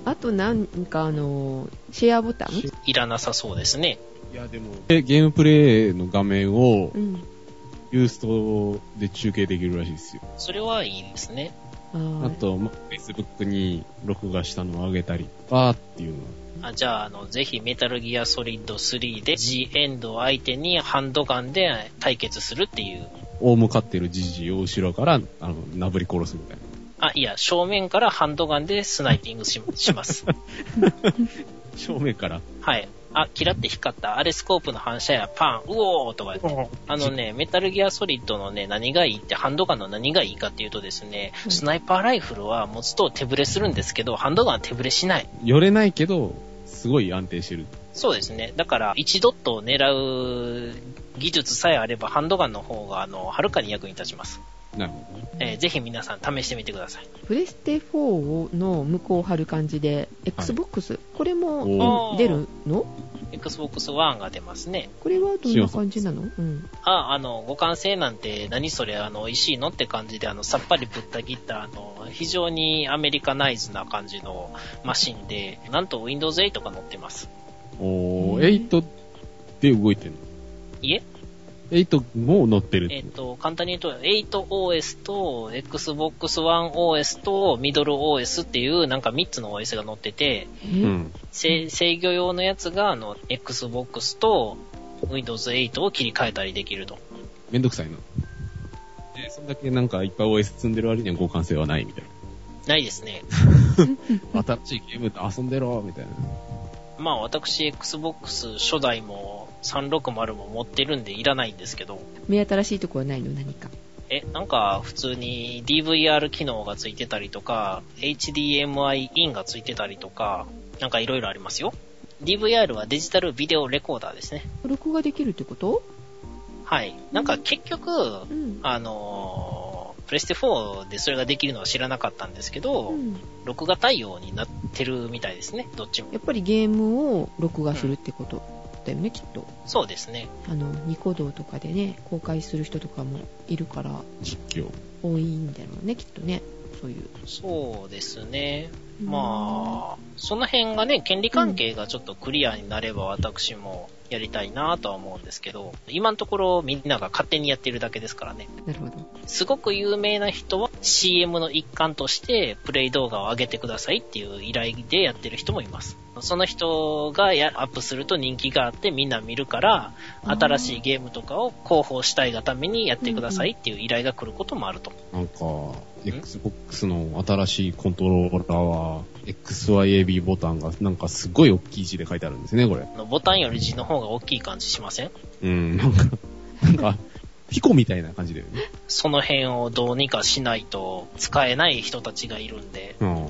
Speaker 1: あとなんかあの、シェアボタン
Speaker 2: いらなさそうですね。
Speaker 3: いや、でも。ゲームプレイの画面を
Speaker 1: う、ん。
Speaker 3: ユーストで中継できるらしいですよ。
Speaker 2: それはいいですね。
Speaker 1: あー
Speaker 3: あと、ま Facebook に録画したのを上げたりとかっていうのは。
Speaker 2: あじゃあ、あの、ぜひメタルギアソリッド3で G エンドを相手にハンドガンで対決するっていう。
Speaker 3: 大向かってるじじいを後ろから、あの、なぶり殺すみたいな。
Speaker 2: あ、いや、正面からハンドガンでスナイピングしします。
Speaker 3: 正面から。
Speaker 2: はい。あ、キラって光った。あれスコープの反射や、パン、うおーとか言って。あのね、メタルギアソリッドのね、何がいいって、ハンドガンの何がいいかっていうとですね、
Speaker 1: うん
Speaker 2: スナイパーライフルは持つと手ブレするんですけど、ハンドガンは手ブレしない。
Speaker 3: 寄れないけど、すごい安定してる。
Speaker 2: そうですね。だから、1ドットを狙う技術さえあれば、ハンドガンの方が、あの、はるかに役に立ちます。
Speaker 3: なるほどね。
Speaker 2: えーぜひ皆さん試してみてください。
Speaker 1: プレステ4の向こうを貼る感じで、Xbox、これ
Speaker 3: お
Speaker 1: も
Speaker 2: ー
Speaker 1: 出るの
Speaker 2: Xbox One が出ますね。
Speaker 1: これはどんな感じなのうん。
Speaker 2: あ、あの、互換性なんて何それ、あの、美味しいのって感じで、あの、さっぱりぶった切った、あの、非常にアメリカナイズな感じのマシンで、なんと Windows 8が載ってます。
Speaker 3: お
Speaker 1: うん
Speaker 3: ー、8で動いてんの
Speaker 2: いえ
Speaker 3: 8も乗ってる。
Speaker 2: えっと、簡単に言うと、8OS と Xbox One OS と MiddleOS っていう、なんか3つの OS が載ってて、
Speaker 3: うん。
Speaker 2: 制制御用のやつが、あの、Xbox と Windows 8を切り替えたりできると。
Speaker 3: めんどくさいな。で、そんだけなんかいっぱい OS 積んでる割には互換性はないみたい
Speaker 2: ないですね。
Speaker 3: な。新しいゲームで遊んでろ、みたいな。
Speaker 2: まあ私、Xbox 初代も360も持ってるんでいらないんですけど、
Speaker 1: 目新しいとこはないの何か。
Speaker 2: え、なんか普通に DVR 機能がついてたりとか、HDMI インがついてたりとか、なんかいろいろありますよ。DVR はデジタルビデオレコーダーですね。
Speaker 1: 録画できるってこと
Speaker 2: はい。なんか結局、
Speaker 1: うん。
Speaker 2: あのープレステ4でそれができるのは知らなかったんですけど、
Speaker 1: うん
Speaker 2: 録画対応になってるみたいですね、どっちも。
Speaker 1: やっぱりゲームを録画するってことだよね、きっと。
Speaker 2: そうですね。
Speaker 1: あの、ニコ動とかでね、公開する人とかもいるから、
Speaker 3: 実況。
Speaker 1: 多いんだろうね、きっとね。そういう。
Speaker 2: そうですね。まあ、その辺がね、権利関係がちょっとクリアになれば私もやりたいなとは思うんですけど、今のところみんなが勝手にやってるだけですからね。
Speaker 1: あ。なるほど。
Speaker 2: すごく有名な人は CM の一環としてプレイ動画を上げてくださいっていう依頼でやってる人もいます。その人がやアップすると人気があってみんな見るから、
Speaker 1: あー
Speaker 2: 新しいゲームとかを広報したいがためにやってくださいっていう依頼が来ることもあると。
Speaker 3: なんか、Xbox の新しいコントローラーは、XYAB ボタンがなんかすごい大きい字で書いてあるんですね、これ。
Speaker 2: あのボタンより字の方が大きい感じしません
Speaker 3: うん、なんか、 (laughs) なんか、ピコみたいな感じだよね。
Speaker 2: その辺をどうにかしないと使えない人たちがいるんで、
Speaker 3: うん。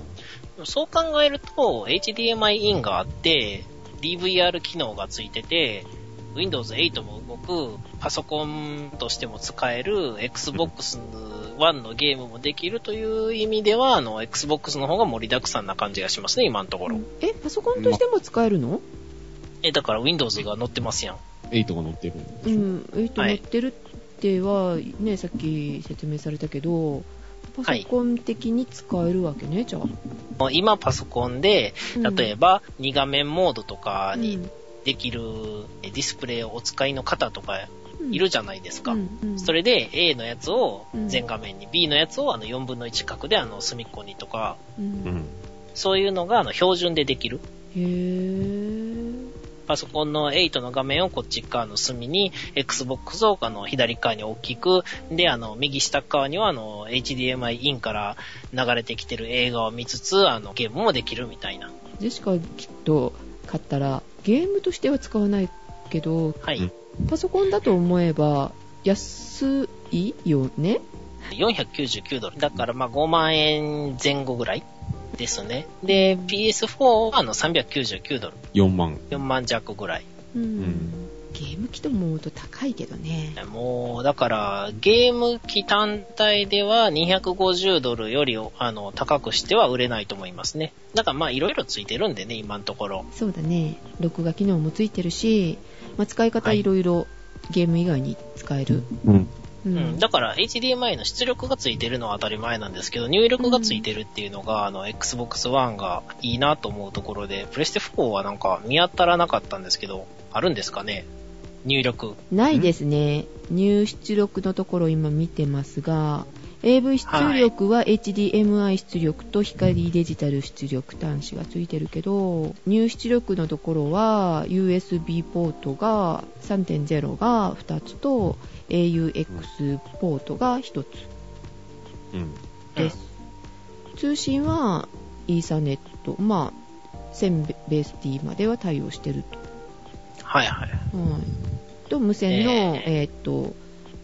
Speaker 2: そう考えると HDMI インがあって、DVR 機能がついてて、Windows 8も動く、パソコンとしても使える、Xbox One のゲームもできるという意味では、あの、Xbox の方が盛りだくさんな感じがしますね、今のところ。
Speaker 1: え、パソコンとしても使えるの
Speaker 2: え、だから Windows が載ってますやん。
Speaker 3: 8が乗ってるんで
Speaker 1: う
Speaker 3: しょ。
Speaker 1: ん。えっと、
Speaker 2: は
Speaker 1: 乗
Speaker 2: い
Speaker 1: ってるっては、ね、さっき説明されたけど、パソコン的に使えるわけね、じゃあ。
Speaker 2: 今パソコンで、
Speaker 1: うん
Speaker 2: 例えば2画面モードとか
Speaker 1: う
Speaker 2: に
Speaker 1: ん
Speaker 2: できるディスプレイをお使いの方とかいるじゃないですか。
Speaker 1: うんうん
Speaker 2: それで A のやつを
Speaker 1: うん
Speaker 2: 全画面に、B のやつをあの4分の1角であの隅っこにとか、
Speaker 1: うん
Speaker 3: うん。
Speaker 2: そういうのがあの標準でできる。
Speaker 1: へー
Speaker 2: パソコンの8の画面をこっち側の隅に、Xbox をあの左側に大きく、で、あの、右下側にはあの、HDMI インから流れてきてる映画を見つつ、あの、ゲームもできるみたいな。
Speaker 1: ジェシカきっと買ったらゲームとしては使わないけど
Speaker 2: はい。
Speaker 3: うん
Speaker 1: パソコンだと思えば安いよね
Speaker 2: 499ドル。だからまあ5万円前後ぐらいですね。で、PS4 はあの399ドル。
Speaker 3: 4万。
Speaker 2: 4万弱ぐらい。
Speaker 1: うん、
Speaker 3: ん
Speaker 1: ゲーム機と思うと高いけどね
Speaker 2: もう、だから、ゲーム機単体では250ドルよりをあの高くしては売れないと思いますね。だからまあ、いろいろついてるんでね、今のところ。
Speaker 1: そうだね録画機能もついてるし、まあ、使い方
Speaker 2: はい
Speaker 1: いろいろゲーム以外に使える、
Speaker 3: うん。
Speaker 1: う
Speaker 2: うんん。だから、HDMI の出力がついてるのは当たり前なんですけど、入力がついてるっていうのが、あの、Xbox One がいいなと思うところで、プレステ4はなんか見当たらなかったんですけど、あるんですかね入力。
Speaker 1: ないですね入出力のところ今見てますが AV 出力は HDMI 出力と光デジタル出力端子がついてるけど入出力のところは USB ポートが3.0が2つと AUX ポートが1つ
Speaker 3: うん。
Speaker 1: です、通信はイーサネットまあ1000ベース D までは対応してると
Speaker 2: はいはい。
Speaker 1: はい、と無線の、
Speaker 2: え
Speaker 1: えーっと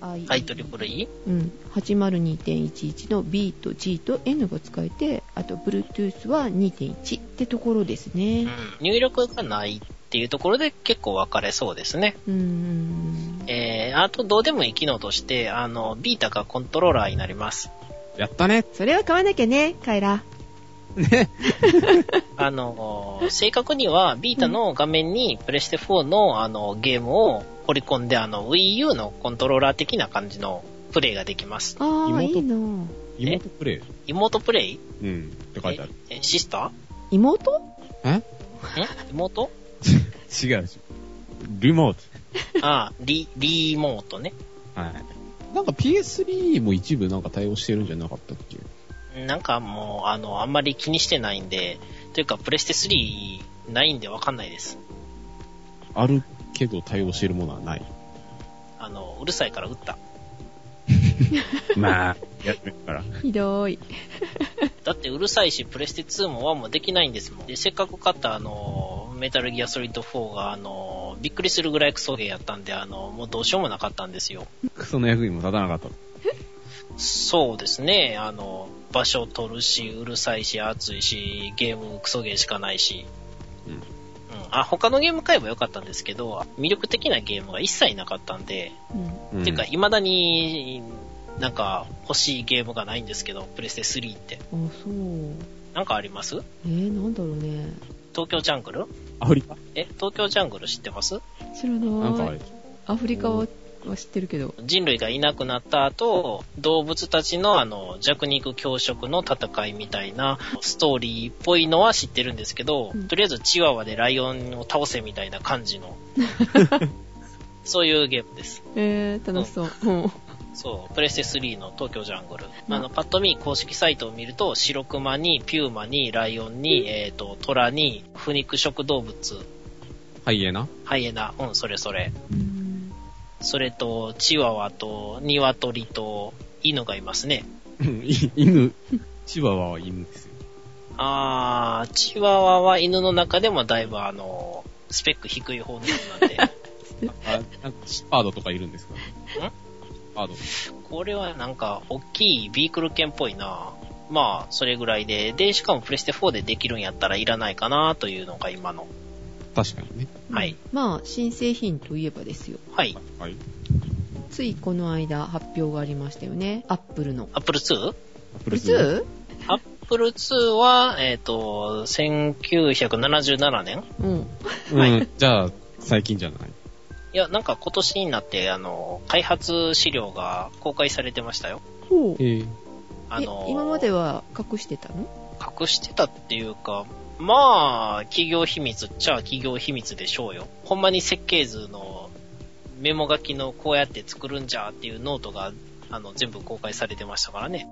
Speaker 1: I-
Speaker 2: はい、トリプル E?
Speaker 1: うん、802.11の B と G と N が使えてあと Bluetooth は2.1ってところです
Speaker 2: うん
Speaker 1: ね。
Speaker 2: 入力がないっていうところで結構分かれそうですね。
Speaker 1: うーん
Speaker 2: えー、あとどうでもいい機能として、あの、ビータがコントローラーになります。
Speaker 3: やったね
Speaker 1: それは買わなきゃねカイラ
Speaker 2: あ
Speaker 3: (laughs)
Speaker 2: の、正確にはビータの画面にプレステ4のあのゲームを掘り込んで、あの Wii U のコントローラー的な感じのプレイができます。
Speaker 1: ああい
Speaker 3: 妹
Speaker 1: いな
Speaker 3: 妹プレイ。
Speaker 2: 妹プレイ
Speaker 3: うん。って書いてある。
Speaker 2: ええシス
Speaker 3: (laughs)
Speaker 2: タ
Speaker 1: 妹
Speaker 3: え
Speaker 2: ーん妹
Speaker 3: 違うし。リモート。
Speaker 2: ああ、リ、リモートね。
Speaker 3: はい。なんか PS3 も一部なんか対応してるんじゃなかったっけ
Speaker 2: なんかもう、あの、あんまり気にしてないんで、というか、プレステ3ないんでわかんないです。
Speaker 3: あるけど対応してるものはない。
Speaker 2: あの、うるさいから打った。
Speaker 3: まあ、やってるから。
Speaker 1: ひどい。
Speaker 2: だってうるさいし、プレステ2も1もできないんですもん。で、せっかく買ったあの、メタルギアソリッド4があの、びっくりするぐらいクソゲーやったんで、あの、もうどうしようもなかったんですよ。
Speaker 3: クソの役にも立たなかった。
Speaker 2: そうですね、あの、場所取るし、うるさいし、熱いし、ゲームクソゲーしかないし。
Speaker 3: う
Speaker 2: うん
Speaker 3: ん。
Speaker 2: あ、他のゲーム買えばよかったんですけど、魅力的なゲームが一切なかったんで、
Speaker 1: うん。
Speaker 3: うん
Speaker 2: ていうか、未だに、なんか、欲しいゲームがないんですけど、プレステ3って。
Speaker 1: あ、そう。
Speaker 2: なんかあります
Speaker 1: えー、なんだろうね。
Speaker 2: 東京ジャングル
Speaker 3: アフリカ
Speaker 2: え、東京ジャングル知ってます
Speaker 1: 知ら
Speaker 3: なんか
Speaker 1: な
Speaker 3: あれ
Speaker 1: い。アフリカはは知ってるけど。
Speaker 2: 人類がいなくなった後、動物たちのあの、弱肉強食の戦いみたいなストーリーっぽいのは知ってるんですけど、
Speaker 1: うん
Speaker 2: とりあえずチワワでライオンを倒せみたいな感
Speaker 1: (laughs)
Speaker 2: じの、そういうゲームです。
Speaker 1: えー、楽しそう。うん。
Speaker 2: そう、プレステ3の東京ジャングル。
Speaker 1: うん
Speaker 2: あの、パッと見公式サイトを見ると、シロクマに、ピューマに、ライオンに、えっ、と、トラに、不肉食動物、
Speaker 3: ハイエナ
Speaker 2: ハイエナ、うん、それそれ。
Speaker 1: うん
Speaker 2: それと、チワワと、ニワトリと、犬がいますね。
Speaker 3: うんい犬。チワワは犬ですよ。
Speaker 2: あー、チワワは犬の中でもだいぶあの、スペック低い方の犬なん
Speaker 1: (laughs)
Speaker 2: で、
Speaker 3: あ、なんかシェパードとかいるんですか
Speaker 2: ん
Speaker 3: パード。
Speaker 2: これはなんか、大きいビークル犬っぽいなまあ、それぐらいで、で、しかもプレステ4でできるんやったらいらないかなというのが今の。
Speaker 3: 確かにね。
Speaker 2: はい。
Speaker 1: まあ、新製品といえばですよ。
Speaker 2: はい。
Speaker 3: はい。
Speaker 1: ついこの間発表がありましたよね。アップルの。
Speaker 2: Apple 2?
Speaker 3: アップ
Speaker 1: プ
Speaker 3: ル
Speaker 1: ル
Speaker 3: 2。
Speaker 1: 2?
Speaker 2: Apple 2は、えっ、と、1977年
Speaker 1: うん。
Speaker 3: うん。じゃあ、最近じゃない。
Speaker 2: いや、なんか今年になって、あの、開発資料が公開されてましたよ。
Speaker 1: ほう。
Speaker 3: ええ。
Speaker 2: あの
Speaker 1: え、今までは隠してたの
Speaker 2: 隠してたっていうか、まあ、企業秘密っちゃ企業秘密でしょうよ。ほんまに設計図のメモ書きのこうやって作るんじゃっていうノートが、あの、全部公開されてましたからね。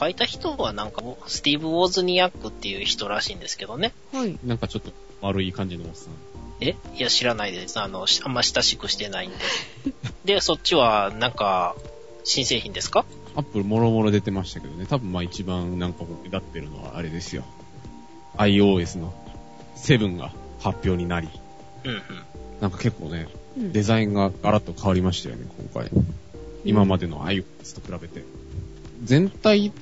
Speaker 2: 書いた人はなんか、スティーブ・ウォズニアックっていう人らしいんですけどね。
Speaker 1: はい。
Speaker 3: なんかちょっと悪い感じのおっさん。
Speaker 2: えいや、知らないです。あの、しあんま親しくして
Speaker 3: (laughs)
Speaker 2: ないんで。で、そっちは、なんか、新製品ですか
Speaker 3: アップルもろもろ出てましたけどね。多分まあ一番なんか僕だってるのはあれですよ。iOS の7が発表になり。
Speaker 2: うんうん。
Speaker 3: なんか結構ね、
Speaker 1: うん
Speaker 3: デザインがガラッと変わりましたよね、今回。今までの iOS と比べて。全体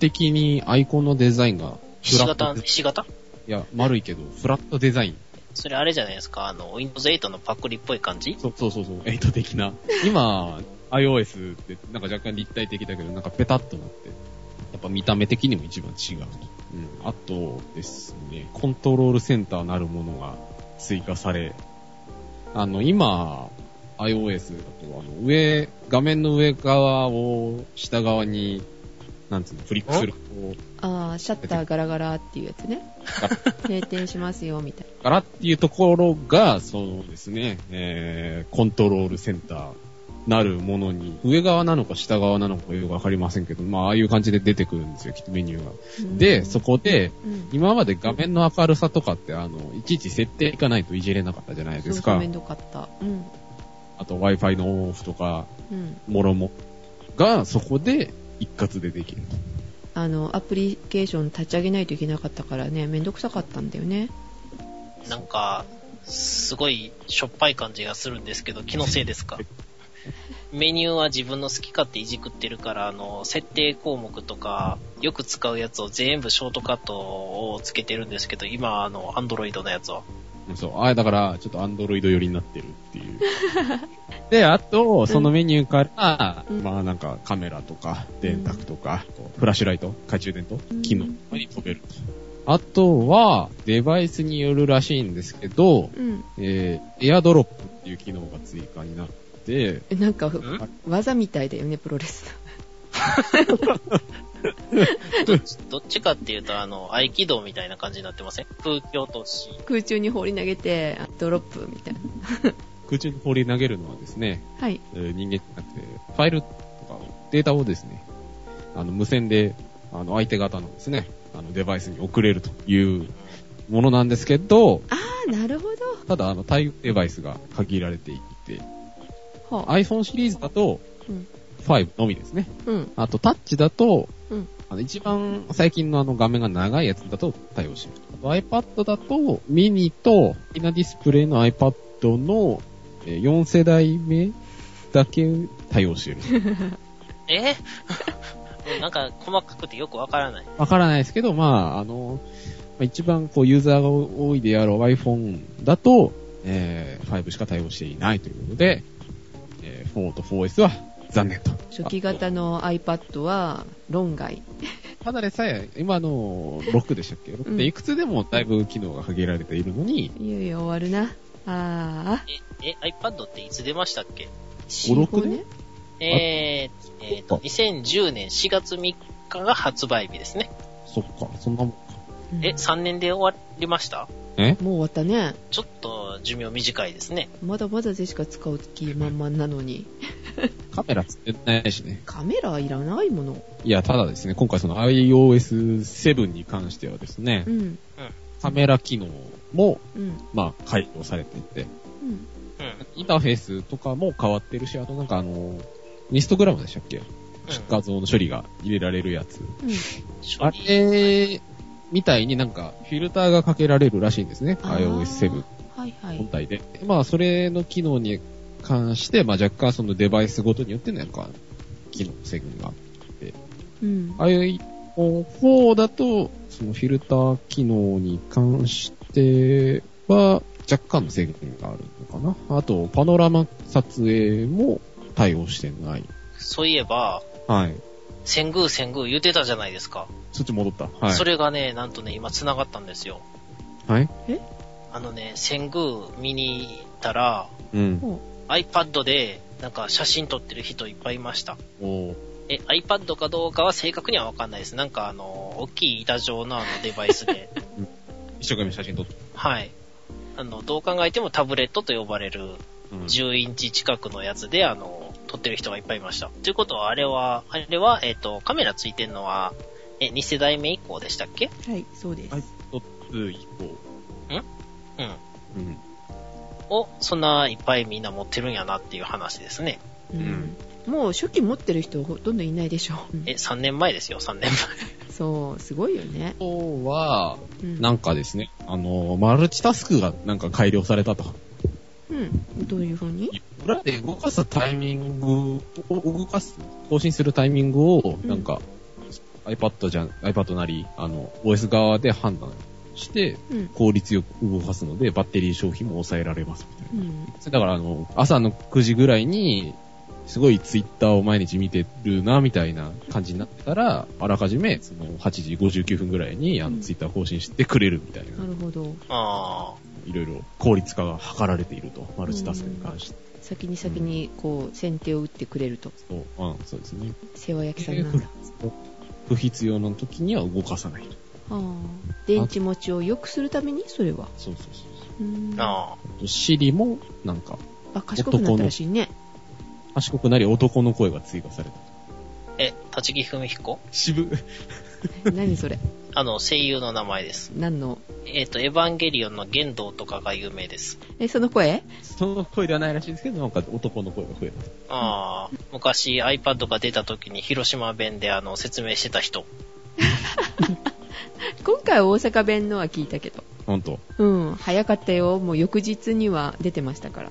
Speaker 3: 的にアイコンのデザインが
Speaker 2: ひ
Speaker 3: フ
Speaker 2: し
Speaker 3: ラット
Speaker 2: 形
Speaker 3: で、
Speaker 2: ひし形
Speaker 3: いや、丸いけど、フラットデザイン。
Speaker 2: それあれじゃないですか。あの、Windows 8のパクリっぽい感じ
Speaker 3: そうそうそうそう、8的な。今、iOS ってなんか若干立体的だけど、なんかペタッとなって。やっぱ見た目的にも一番違うと。うん。あとですね、コントロールセンターなるものが追加され、あの、今、iOS だと、あの、上、画面の上側を下側に、なんつうの、フリックする。こう
Speaker 1: あーシャッターガラガラっていうやつ
Speaker 3: (laughs)
Speaker 1: ね。閉店しますよ、みたい
Speaker 3: からっていうところが、そうですね、えー、コントロールセンターなるものに、上側なのか下側なのかよくわかりませんけど、まあ、ああいう感じで出てくるんですよ、きっとメニューが。
Speaker 1: な。
Speaker 3: で、そ
Speaker 1: こ。
Speaker 3: こで、
Speaker 1: うん
Speaker 3: 今まで画面の明るさとかって、あの、いちいち設定いかないといじれなかったじゃないです
Speaker 1: そうそう
Speaker 3: か
Speaker 1: め。んどかった。うん。
Speaker 3: あと Wi-Fi のオンオフとか、
Speaker 1: うん。
Speaker 3: もろも。が、そこで一括でできる。
Speaker 1: あの、アプリケーション立ち上げないといけなかったからね、めんどくさかったんだよね。
Speaker 2: なんか、すごいしょっぱい感じがするんですけど、気のせいですかメニューは自分の好き勝手いじくってるから、あの、設定項目とか、よく使うやつを全部ショートカットをつけてるんですけど、今、あの、アンドロイドのやつは。
Speaker 3: そう。ああ、だから、ちょっとアンドロイド寄りになってるっていう。で、あと、そのメニューから、
Speaker 1: うん
Speaker 3: まあなんかカメラとか、電卓とか、こうフラッシュライト、懐中電灯機能に飛べると。あとは、デバイスによるらしいんですけど、
Speaker 1: うん。
Speaker 3: えー、エアドロップっていう機能が追加になって、
Speaker 1: えなんか、
Speaker 2: ん
Speaker 1: 技みたいだよね、プロレス
Speaker 2: どっちかっていうと、あの、合気道みたいな感じになってません空気落とし。
Speaker 1: の。空中に放り投げて、あドロップみたいな。
Speaker 3: 空中に放り投げるのはですね、
Speaker 1: はい。
Speaker 3: えー人間じゃなくて、ファイルとかデータをですね、あの、無線で、あの、相手方のですね、あの、デバイスに送れるというものなんですけど、
Speaker 1: ああ、なるほど。
Speaker 3: ただ、あの、対応デバイスが限られていて、
Speaker 1: ほう。
Speaker 3: iPhone シリーズだと、
Speaker 1: うん。
Speaker 3: 5のみですね。
Speaker 1: うん。
Speaker 3: あと、タッチだと、
Speaker 1: うん
Speaker 3: あの一番最近のあの画面が長いやつだと対応します。あと iPad だと、ミニと、イナディスプレイの iPad のえー4世代目だけ対応してる。
Speaker 2: えなんか細かくてよくわからない。
Speaker 3: わからないですけど、まあ、あの、まあ一番こうユーザーが多いであろう iPhone だと、えー5しか対応していないということで、えー4と 4S は残念と。
Speaker 1: 初期型の iPad は論外。
Speaker 3: ただでさえ、今の6でしたっけ ?6 っていくつでもだいぶ機能が限られているのに、
Speaker 1: いよいよ終わるな。ああ。
Speaker 2: え、え、iPad っていつ出ましたっけ
Speaker 1: 4
Speaker 3: 5 6ね。
Speaker 2: えー、えーと、2010年4月3日が発売日ですね。
Speaker 3: そっか、そんなもんか。
Speaker 1: うん
Speaker 2: え、3年で終わりました
Speaker 1: も
Speaker 3: え
Speaker 1: う終わったね。
Speaker 2: ちょっと寿命短いですね。
Speaker 1: まだまだでしか使う気満々なのに。
Speaker 3: カメラつってないしね。
Speaker 1: カメラいらないもの。
Speaker 3: いや、ただですね、今回その iOS7 に関してはですね
Speaker 1: う、ん。
Speaker 3: カメラ機能も、
Speaker 1: うん。
Speaker 3: まあ、改良されていて、
Speaker 1: うん。
Speaker 2: うん。うん
Speaker 3: インターフェースとかも変わってるし、あとなんかあの、ニストグラムでしたっけ画像の処理が入れられるやつ。
Speaker 2: 処
Speaker 3: あ
Speaker 2: 理
Speaker 3: れみたいになんかフィルターがかけられるらしいんですね。
Speaker 1: あー
Speaker 3: iOS7
Speaker 1: はいは
Speaker 3: 本
Speaker 1: い。
Speaker 3: 体で。まあ、それの機能に関して、まあ、若干そのデバイスごとによってなんか、機能制限が
Speaker 1: うん。
Speaker 3: iPhone4 だと、そのフィルター機能に関しては、若干の制限があるのかな。あと、パノラマ撮影も対応してない。
Speaker 2: そういえば、
Speaker 3: はい。
Speaker 2: 遷宮遷宮言ってたじゃないですか。
Speaker 3: そっち戻った。はい。
Speaker 2: それがね、なんとね、今繋がったんですよ。
Speaker 3: はい。
Speaker 2: あのね、遷宮見に行ったら、
Speaker 3: うん。
Speaker 2: iPad で、なんか写真撮ってる人いっぱいいました。
Speaker 3: お
Speaker 2: え、iPad かどうかは正確にはわかんないです。なんかあの、大きい板状のあのデバイスで。
Speaker 3: 一生懸命写真撮って。
Speaker 2: はい。あの、どう考えてもタブレットと呼ばれる
Speaker 3: うん
Speaker 2: 10インチ近くのやつで、あの、撮ってる人がいっぱいいました。ということは、あれは、あれは、えっ、と、カメラついてんのは、え、2世代目以降でしたっけ
Speaker 1: はい、そうです。
Speaker 3: はい撮って以降。
Speaker 2: うん。
Speaker 3: うん。
Speaker 2: を、そんないっぱいみんな持ってるんやなっていう話ですね。
Speaker 1: うん。もう初期持ってる人ほとんどいないでしょ。うん
Speaker 2: え、3年前ですよ、3年
Speaker 1: そう、すごいよね。
Speaker 3: あとは、
Speaker 1: うん。
Speaker 3: なんかですね、あの、マルチタスクがなんか改良されたと。
Speaker 1: うん。どういう風に
Speaker 3: 裏で動かすタイミングを、動かす、更新するタイミングを、
Speaker 1: うん
Speaker 3: なんか、iPad じゃん、iPad なり、あの、OS 側で判断して、
Speaker 1: うん。
Speaker 3: 効率よく動かすので、バッテリー消費も抑えられますみたいな。
Speaker 1: うん。
Speaker 3: だから、あの、朝の9時ぐらいに、すごいツイッターを毎日見てるな、みたいな感じになってたら、あらかじめ、その、8時59分ぐらいに、あ
Speaker 1: う
Speaker 3: の、
Speaker 1: ん
Speaker 3: ツイッター更新してくれるみたいな
Speaker 1: な、るほど。
Speaker 3: (laughs)
Speaker 2: 前。あ
Speaker 3: いろいろ効率化が図られていると、マルチタスクに関して。
Speaker 1: 先に先に、こう、先手を打ってくれると。
Speaker 3: そう、うん、そうですね。
Speaker 1: 世話焼きさんなんだ。
Speaker 3: 不必要な時には動かさない。
Speaker 1: ああ。電池持ちを良くするために、それは。
Speaker 3: そうそうそう
Speaker 1: うん
Speaker 2: あ、。ああ。
Speaker 3: そう。シリも、なんか、
Speaker 1: あ、賢くなったらしいね。
Speaker 3: 賢くなり男の声が追加された。
Speaker 2: え、立木文彦
Speaker 3: 渋。
Speaker 1: 何それ。
Speaker 2: あの、声優の名前です。
Speaker 1: 何の。
Speaker 2: えっ、と、エヴァンゲリオンの玄道とかが有名です。
Speaker 1: え、その声
Speaker 3: その声ではないらしいですけど、なんか男の声が増えた。
Speaker 2: ああ、昔 iPad が出た時に広島弁であの、説明してた人。
Speaker 1: 今回は大阪弁のは聞いたけど。
Speaker 3: ほんと。
Speaker 1: うん。早かったよ。もう翌日には出てましたから。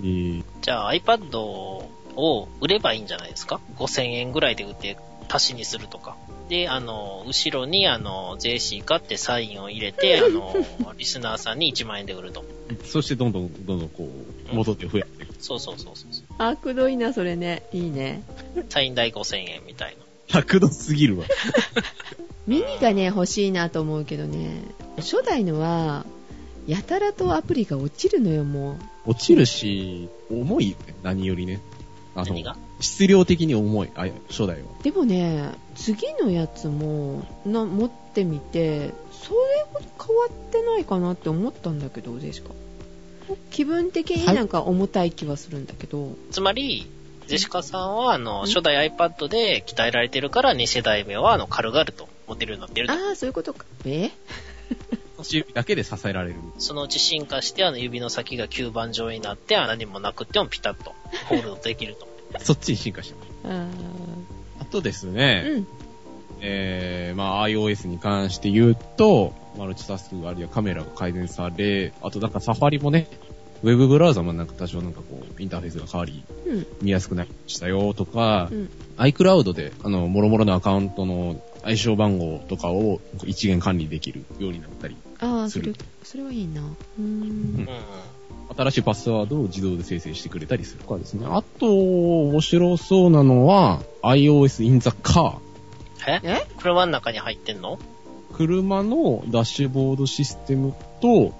Speaker 3: えー、
Speaker 2: じゃあ iPad を売ればいいんじゃないですか ?5000 円ぐらいで売って、足しにするとか。で、あの、後ろにあの、JC ってサインを入れて、あの、リスナーさんに1万円で売ると。
Speaker 3: そしてどんどん、どんどんこう、戻って増えていく。
Speaker 2: そうそうそうそうそう。
Speaker 1: あ、くどいな、それね。いいね。
Speaker 2: サイン代5000円みたい
Speaker 3: 100度すぎるわ。
Speaker 1: ミニがね、欲しいなと思うけどね。初代のは、やたらとアプリが落ちるのよ、もう。
Speaker 3: 落ちるし、重いよね。何よりね。あ
Speaker 2: な。何が
Speaker 3: 質量的に重い。あ、初代は。
Speaker 1: でもね、次のやつもな持ってみて、それほど変わってないかなって思ったんだけど、でしか。気分的になんか重たい気はするんだけど、
Speaker 2: つまり、ジェシカさんは、あの、初代 iPad で鍛えられてるから、2世代目は、あの、軽々と持てるようになってると。
Speaker 1: ああそういうことかえ
Speaker 3: 指だけで支えられる。
Speaker 2: そのうち進化して、あの、指の先が吸盤状になって、穴にもなくってもピタッとホールドできると。
Speaker 3: そっちに進化してます。
Speaker 1: あ
Speaker 3: あとです
Speaker 1: あ
Speaker 3: ね、
Speaker 1: うん
Speaker 3: えー、まあ iOS に関して言うと、マルチタスクがあるいはカメラが改善され、あとなんかサファリもね、ウェブブラウザもなんか多少なんかこう、インターフェースが変わり、
Speaker 1: うん
Speaker 3: 見やすくなりましたよとか、
Speaker 1: うん
Speaker 3: iCloud で、あの、諸々のアカウントの相性番号とかを一元管理できるようになったり、
Speaker 1: ああそ
Speaker 3: す
Speaker 1: れ
Speaker 3: る
Speaker 1: それはいいなうーん
Speaker 2: うんうん。
Speaker 3: 新しいパスワードを自動で生成してくれたりするとかですね。あと、面白そうなのは、iOS in the car。
Speaker 2: え
Speaker 1: え
Speaker 2: 車の中に入ってんの
Speaker 3: 車のダッシュボードシステムと、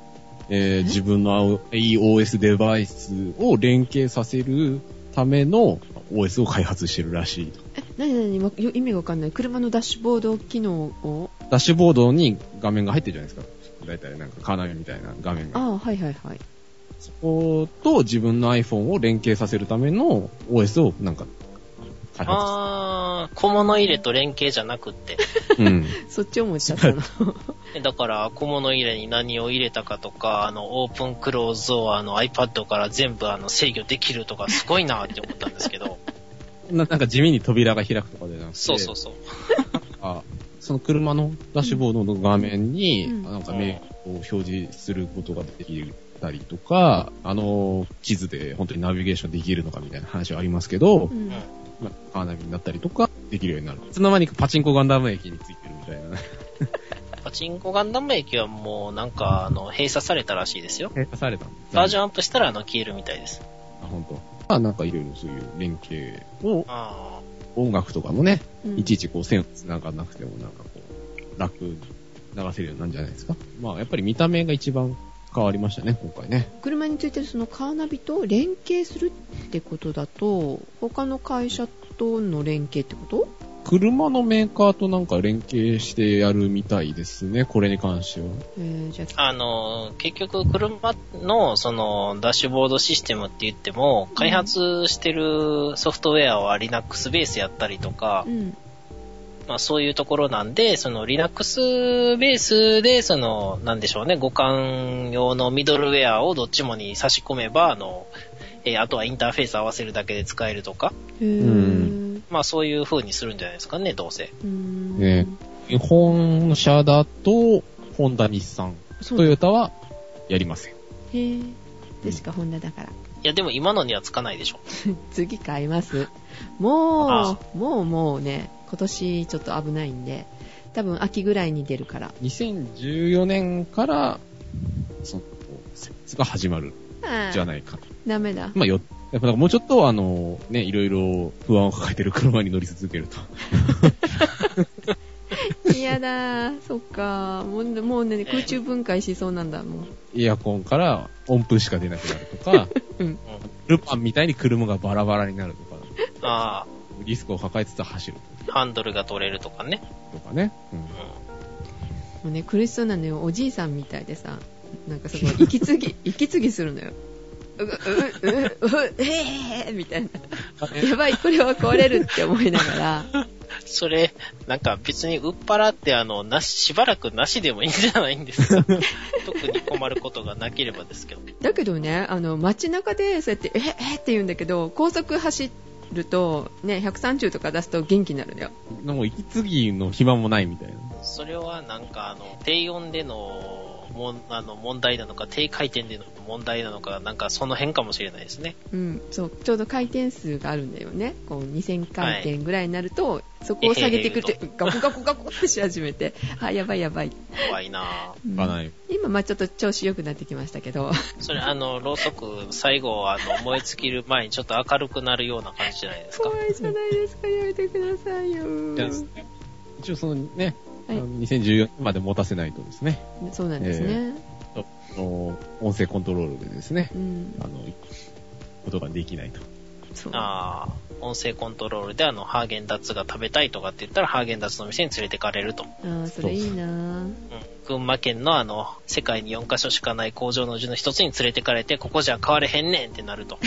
Speaker 3: えー自分の iOS デバイスを連携させるための OS を開発してるらしいと。
Speaker 1: え何何わよ意味がわかんない車のダッシュボード機能を
Speaker 3: ダッシュボードに画面が入ってるじゃないですか。だいたいなんかカーナビみたいな画面
Speaker 1: あ
Speaker 3: が。
Speaker 1: あはいはいはい
Speaker 3: そこと自分の iPhone を連携させるための OS をなんか開発
Speaker 2: あー、小物入れと連携じゃなくって。
Speaker 3: してる。うん。
Speaker 1: そっちを持っちゃ (laughs) ったの
Speaker 2: えだから、小物入れに何を入れたかとか、あの、オープンクローズをあの iPad から全部あの制御できるとか、すごいなって思ったんですけど。
Speaker 3: ななんか地味に扉が開くとかじゃなくて、
Speaker 2: そうそうそう。
Speaker 3: あその車のダッシュボードの画面に、
Speaker 1: うん
Speaker 3: なんかメールを表示することができたりとか、あの、地図で本当にナビゲーションできるのかみたいな話はありますけ
Speaker 1: う、
Speaker 3: ど
Speaker 1: ん
Speaker 2: うん
Speaker 3: まあカーナビになったりとか、できるようになる。いつの間にかパチンコガンダム駅についてるみたいな。
Speaker 2: パチンコガンダム駅はもうなんか、あの、閉鎖されたらしいですよ。
Speaker 3: 閉鎖された
Speaker 2: バージョ
Speaker 3: ン
Speaker 2: ンアップしたら、あの、消えるみたいです。
Speaker 3: あ、本当。まあなんかいろいろそういう連携を、
Speaker 2: あ
Speaker 3: 音楽とかもね、
Speaker 1: うん
Speaker 3: いちいちこう線を繋がなくてもなんかこう、楽に流せるようになるんじゃないですか。まあやっぱり見た目が一番変わりましたね、今回ね。
Speaker 1: 車についてるそのカーナビと連携するってことだと他の会社との連携ってこと
Speaker 3: 車のメーカーとなんか連携してやるみたいですね、これに関しては。
Speaker 1: えー、じゃあ
Speaker 2: あ。あの、結局、車の、その、ダッシュボードシステムって言っても、開発してるソフトウェアは Linux ベースやったりとか
Speaker 1: う、ん
Speaker 2: まあそういうところなんで、その Linux ベースで、その、なんでしょうね、互換用のミドルウェアをどっちもに差し込めば、あの、えーあとはインターフェース合わせるだけで使えるとか、
Speaker 1: へー
Speaker 3: うん
Speaker 2: まあそういう風にするんじゃないですかね、どうせ。
Speaker 1: うーん
Speaker 3: ね日本社だと、ホンダ、日産、
Speaker 1: そう
Speaker 3: ト
Speaker 1: だ
Speaker 3: ヨタはやりません。
Speaker 1: へーでしかホンダだから (laughs)
Speaker 2: いや、でも今のにはつかないでしょ。
Speaker 1: 次買いますも
Speaker 2: あ
Speaker 1: うもうもうね今年ちょっと危ないんで多分秋ぐらいに出るから
Speaker 3: 2014年から、その、設置が始まるじゃ
Speaker 1: い
Speaker 3: ないか。
Speaker 1: ダメだ
Speaker 3: まあよ、やっぱなんかもうちょっとあの、ね、いろいろ不安を抱えてる車に乗り続けると。
Speaker 1: 嫌だそっかもうねもうね空中分解しそうなんだもう
Speaker 3: エアコンから音符しか出なくなるとか、
Speaker 1: うん
Speaker 3: ルパンみたいに車がバラバラになるとか、
Speaker 2: あ
Speaker 3: リスクを抱えつつ走る
Speaker 2: あ、ハンドルが取れるとかね。
Speaker 3: とかね。うん
Speaker 2: うん
Speaker 1: もうね苦しそうなのよおじいさんみたいでさなんかその息継ぎ息継ぎするのようううううえーみたいなやばいこれは壊れるって思いながら
Speaker 2: それ、なんか別に売っ払って、あの、なし、しばらくなしでもいいんじゃないんですか特に困ることがなければですけど。
Speaker 1: だけどねあの街中でそうやってえーえーって言うんだけど高速走るとね130とか出すと元気になるのよ
Speaker 3: もう息継ぎの暇もないみたいな。
Speaker 2: それはなんか、あの、低温での、もん、あの、問題なのか、低回転での問題なのか、なんかその辺かもしれないですね。
Speaker 1: うん、そうちょうど回転数があるんだよねこう2000回転ぐらいになると、そこを下げてくると
Speaker 2: え
Speaker 1: ガコガコガコってし始めてあやばいやばい、
Speaker 2: 怖いなぁ。
Speaker 1: うん
Speaker 3: がない。
Speaker 1: 今まあちょっと調子良くなってきましたけど
Speaker 2: それ、あの、ろうそく、最後、あの、燃え尽きる前にちょっと明るくなるような感じじゃないですか。
Speaker 1: 怖いじゃないですか、やめてくださいよ。
Speaker 3: 一応そのね、
Speaker 1: はい
Speaker 3: あの2014年まで持たせないとですね、
Speaker 1: そうなんですね。
Speaker 3: あの音声コントロールでですね、
Speaker 1: うん
Speaker 3: あ。の、ことができないと。
Speaker 1: そう。
Speaker 2: ああ、音声コントロールであの、ハーゲンダッツが食べたいとかって言ったら、ハーゲンダッツの店に連れてかれると。
Speaker 1: あーそれいいなぁ
Speaker 2: うん群馬県のあの、世界に4カ所しかない工場のうちの一つに連れてかれて、ここじゃ買われへんねんってなる
Speaker 1: (laughs)
Speaker 2: と。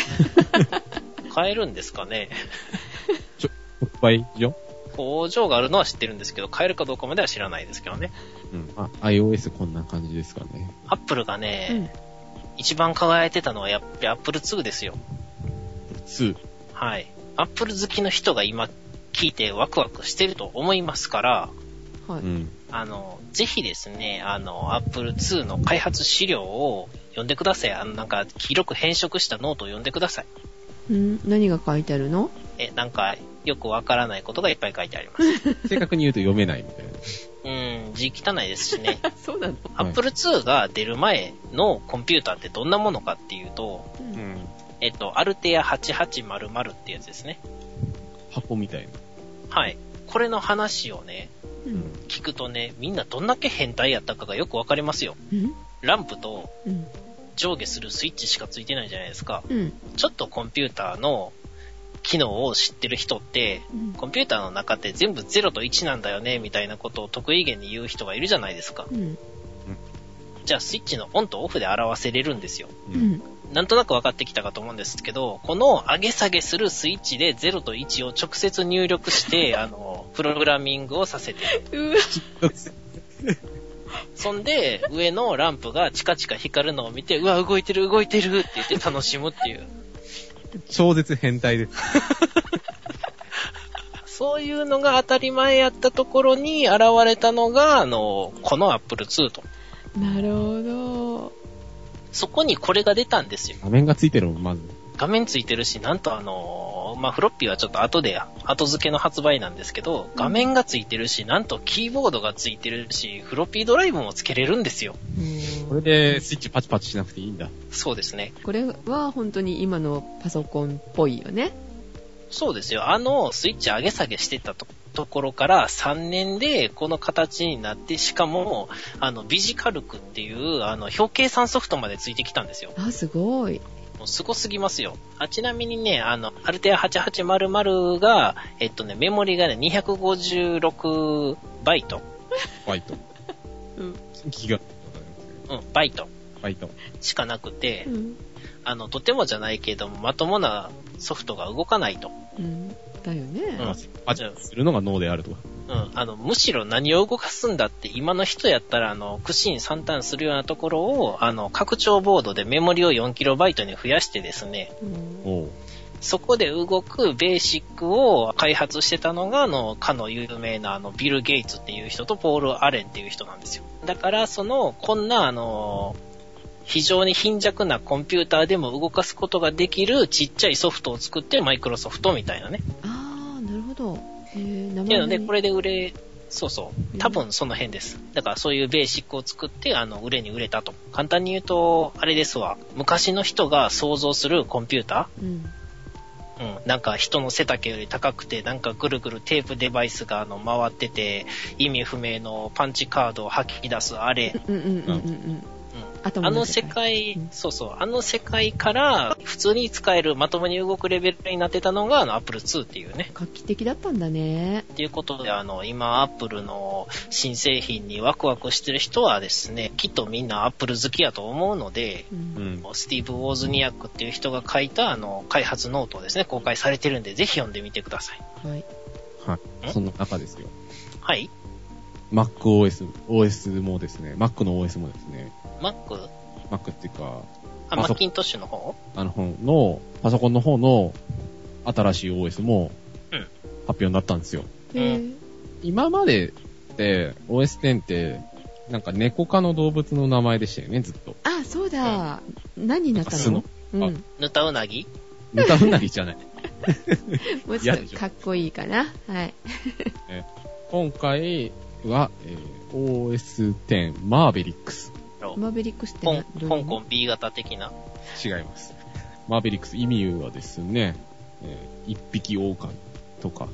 Speaker 2: 買えるんですかね
Speaker 3: いっぱいよ。
Speaker 2: 工場があるのは知ってるんですけど、買えるかどうかまでは知らないですけどね。
Speaker 3: うん。まあ、iOS こんな感じですかね。
Speaker 2: アップルがね、
Speaker 1: うん
Speaker 2: 一番輝いてたのはやっぱりアップル2ですよ。
Speaker 3: 2。
Speaker 2: はい。アップル好きの人が今聞いてワクワクしてると思いますから、
Speaker 1: は
Speaker 3: う
Speaker 1: い。
Speaker 3: ん。
Speaker 2: あの、ぜひですね、あの、アップル2の開発資料を読んでください。あの、なんか、黄色く変色したノートを読んでください。
Speaker 1: うん、何が書いてあるの
Speaker 2: え、なんか、よくわからないことがいっぱい書いてあります。
Speaker 3: 正確に言うと読めないみたいな。
Speaker 2: うん、字汚いですしね。
Speaker 1: (laughs) そうなの、
Speaker 2: アップル2が出る前のコンピューターってどんなものかっていうと、
Speaker 3: うん。
Speaker 2: えっと、アルテア8800ってやつですね。
Speaker 3: 箱みたいな。
Speaker 2: はい。これの話をね、
Speaker 1: うん
Speaker 2: 聞くとね、みんなどんだけ変態やったかがよくわかりますよ。
Speaker 1: うん
Speaker 2: ランプと
Speaker 1: うん
Speaker 2: 上下するスイッチしかついてないじゃないですか。
Speaker 1: うん
Speaker 2: ちょっとコンピューターの機能を知ってる人って、
Speaker 1: うん
Speaker 2: コンピューターの中って全部0と1なんだよね、みたいなことを得意げに言う人がいるじゃないですか。
Speaker 1: うん
Speaker 2: じゃあスイッチのオンとオフで表せれるんですよ。
Speaker 3: う
Speaker 1: う。ん
Speaker 2: なんとなく分かってきたかと思うんですけど、この上げ下げするスイッチで0と1を直接入力して、あの、プログラミングをさせて、
Speaker 1: うわ
Speaker 2: そんで、上のランプがチカチカ光るのを見て、うわ、動いてる、動いてるって言って楽しむっていう、
Speaker 3: 超絶変態です。
Speaker 2: そういうのが当たり前やったところに現れたのが、あの、この Apple II と。
Speaker 1: なるほど
Speaker 2: そこにこれが出たんですよ。
Speaker 3: 画面がついてるもん、まず。
Speaker 2: 画面ついてるし、なんとあの、まあ、フロッピーはちょっと後で、後付けの発売なんですけど、画面がついてるし、なんとキーボードがついてるし、フロッピードライブもつけれるんですよ。
Speaker 1: うん
Speaker 3: これで、スイッチパチパチしなくていいんだ。
Speaker 2: そうですね。
Speaker 1: これは本当に今のパソコンっぽいよね
Speaker 2: そうですよ。あの、スイッチ上げ下げしてたとところから3年でこの形になって、しかも、あの、ビジカルクっていう、あの、表計算ソフトまでついてきたんですよ。
Speaker 1: あすごい
Speaker 2: もうすごすぎますよ。あ、ちなみにね、あの、アルテア8800が、えっとね、メモリがね、256バイト。
Speaker 3: ファイト。
Speaker 1: うん
Speaker 3: ギガ。
Speaker 2: うん、バイト
Speaker 3: ファイト。
Speaker 2: しかなくて
Speaker 1: う、ん、
Speaker 2: あの、とてもじゃないけれども、まともなソフトが動かないと。
Speaker 1: うん、だよね、
Speaker 3: パチパチするのが脳であるとか。
Speaker 2: うん、あの、むしろ何を動かすんだって、今の人やったら、あの、屈伸3ターンするようなところを、あの、拡張ボードでメモリを 4KB に増やしてですね、
Speaker 1: うん
Speaker 3: おう。
Speaker 2: そこで動くベーシックを開発してたのが、あの、かの有名なあの、ビル・ゲイツっていう人とポール・アレンっていう人なんですよ。だから、その、こんなあの、非常に貧弱なコンピューターでも動かすことができるちっちゃいソフトを作って、マイクロソフトみたいなね。
Speaker 1: ああなるほどえー、名
Speaker 2: って
Speaker 1: 前
Speaker 2: いうので、こ
Speaker 1: れ
Speaker 2: れで売れ、そうそう。多分その辺です。だからそういうベーシックを作って、あの、売れに売れたと。簡単に言うと、あれですわ。昔の人が想像するコンピュータ
Speaker 1: うん
Speaker 2: ーうん。なんか人の背丈より高くて、なんかぐるぐるテープデバイスがあの回ってて、意味不明のパンチカードを吐き出すあ (laughs) れ。
Speaker 1: うんうんうんうんうん
Speaker 2: うん
Speaker 1: あと
Speaker 2: あの世界、そうそう、あの世界から普通に使える、まともに動くレベルになってたのが、あの、Apple II っていうね。
Speaker 1: 画期的だったんだね
Speaker 2: ということで、あの、今、アップルの新製品にワクワクしてる人はですね、きっとみんなアップル好きやと思うので、
Speaker 1: う
Speaker 3: うんん。
Speaker 2: スティーブ・ウォーズニアックっていう人が書いた、あの、開発ノートをですね、公開されてるんで、ぜひ読んでみてください。
Speaker 1: はい
Speaker 3: はい。
Speaker 2: ん
Speaker 3: その中ですよ。
Speaker 2: はい。
Speaker 3: MacOS、OS もですね、Mac の OS もですね、
Speaker 2: Mac?
Speaker 3: Mac っていうか、
Speaker 2: あ、
Speaker 3: あ
Speaker 2: マ
Speaker 3: そう
Speaker 2: ッキントッシュの方
Speaker 3: あの方の、パソコンの方の新しい OS も
Speaker 2: うん
Speaker 3: 発表になったんですよ。
Speaker 1: えー
Speaker 3: 今までって、OS 10って、なんか猫科の動物の名前でしたよね、ずっと。
Speaker 1: あそうだ、何になったのう
Speaker 3: なん
Speaker 1: ん
Speaker 3: か、
Speaker 2: ヌタウナギ
Speaker 3: ヌタウナギじゃない。
Speaker 1: もうちょっとかっこいいかな。はい。
Speaker 3: 今回は、えー OS 10マーベリックス。
Speaker 1: マーベリックスって
Speaker 2: 香
Speaker 1: などういう
Speaker 2: 港
Speaker 1: の
Speaker 2: B 型的な。
Speaker 3: 違います。マーベリックス、意味はですね、えー一匹狼とか、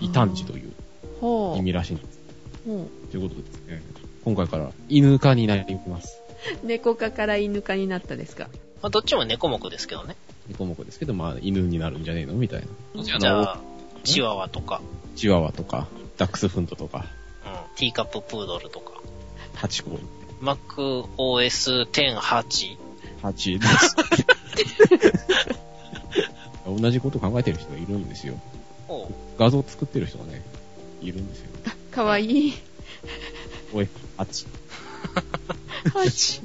Speaker 3: 異端児という
Speaker 1: ほ
Speaker 3: 意
Speaker 1: う
Speaker 3: 味らしいんです。
Speaker 1: ほ
Speaker 3: ということでですね、今回から犬科になります。
Speaker 1: う。猫科から犬科になったですか。
Speaker 2: まあ、どっちも猫目ですけどね。
Speaker 3: 猫もこですけど、まあ犬になるんじゃねえのみたいな。
Speaker 2: じ
Speaker 3: あの
Speaker 2: ゃあ、チワワとか、
Speaker 3: チワワとか、ダックスフントとか、
Speaker 2: うん、ティーカッププードルとか。
Speaker 3: 8個。
Speaker 2: MacOS10.8。
Speaker 3: 8です。同じこと考えてる人がいるんですよ。
Speaker 2: おう
Speaker 3: 画像作ってる人がね、いるんですよ。
Speaker 1: かわい (laughs) い。
Speaker 3: OS8。
Speaker 1: 8。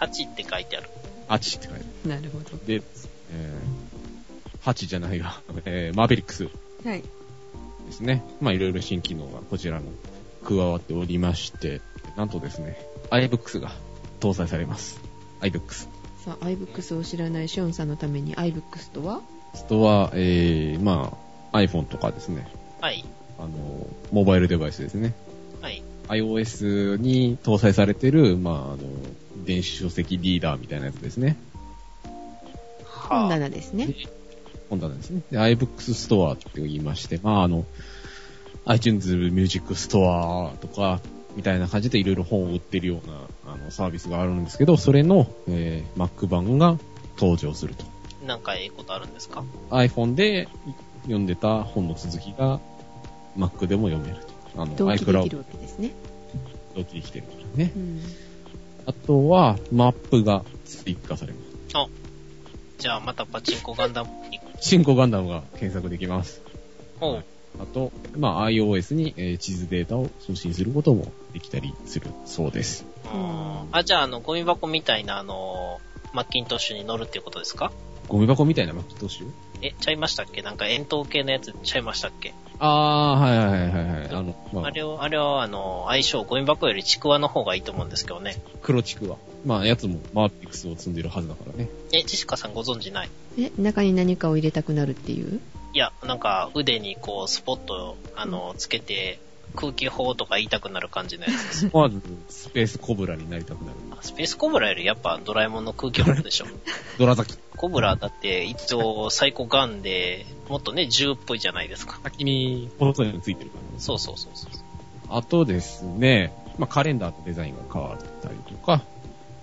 Speaker 2: 8って書いてある。
Speaker 3: 8って書いて
Speaker 1: なるほど。
Speaker 3: ある。で、えー、8じゃないわ。 (laughs) えー、マーベリックス
Speaker 1: はい。
Speaker 3: ですね。まあいろいろ新機能がこちらの加わっておりまして、なんとですね、iBooks が搭載されます。iBooks。
Speaker 1: さあ、iBooks を知らないシオンさんのために iBooks とは
Speaker 3: ストア、えー、まあ iPhone とかですね、
Speaker 2: はい。
Speaker 3: あの、モバイルデバイスですね。
Speaker 2: はい。
Speaker 3: iOS に搭載されてる、まあ、あの、電子書籍リーダーみたいなやつですね。
Speaker 1: 本
Speaker 2: はあ、
Speaker 1: 棚ですね。
Speaker 3: 本棚ですね。で、iBooks ストアって言いまして、まあ、あの、iTunes Music ストアとか、みたいな感じでいろいろ本を売ってるような、あの、サービスがあるんですけど、それの、えー Mac 版が登場すると。
Speaker 2: なんかええことあるんですか
Speaker 3: iPhone で読んでた本の続きが、Mac でも読めると。あの、
Speaker 1: 同期でき
Speaker 3: iCloud
Speaker 1: るわけですね。
Speaker 3: 同期できてるからね
Speaker 1: う。ん。
Speaker 3: あとは、マップが追加されます。
Speaker 2: じゃあまたパチンコガンダムに行く。
Speaker 3: 新ンコガンダムが検索できます。
Speaker 2: おう
Speaker 3: あと、まあ、iOS に、えー地図データを送信することもできたりするそうです。
Speaker 2: うんあ、じゃああの、ゴミ箱みたいなあの、マッキントッシュに乗るっていうことですか
Speaker 3: ゴミ箱みたいなマッキントッシュ
Speaker 2: え、ちゃいましたっけなんか円筒形のやつちゃいましたっけ
Speaker 3: あー、はいはいはいはいはい。あの、ま
Speaker 2: あ
Speaker 3: あ、
Speaker 2: れを、あれはあの、相性ゴミ箱よりちくわの方がいいと思うんですけどね。
Speaker 3: 黒地区は。まあ、やつもマーピックスを積んでるはずだ (laughs) からね。
Speaker 2: え、ジェシカさんご存知ない
Speaker 1: え、中に何かを入れたくなるっていう
Speaker 2: いや、なんか腕にこう、スポット、あの、つけて、空気砲とか言いたくなる感じのやつです。
Speaker 3: 思わずスペースコブラになりたくなる。
Speaker 2: あスペースコブラよりやっぱドラえもんの空気砲でしょ。
Speaker 3: ドラザキ。
Speaker 2: コブラだって一応最高ガンで、もっとね、銃っぽいじゃないですか。
Speaker 3: 先に、このについてるから、ね。
Speaker 2: そうそうそうそう。
Speaker 3: あとですね、まあ、カレンダーとデザインが変わったりとか、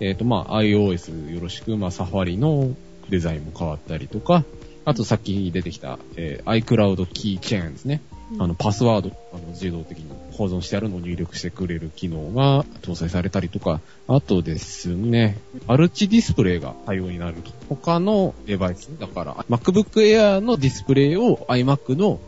Speaker 3: えっ、と、まあ、iOS よろしく、まあ、サファリのデザインも変わったりとか、あとさっき出てきた、えー iCloud キーチェーンですね。あの、パスワード、あの、自動的に保存してあるのを入力してくれる機能が搭載されたりとか、あとですね、マルチディスプレイが対応になると。他のデバイス、だから、MacBook Air のディスプレイを iMac の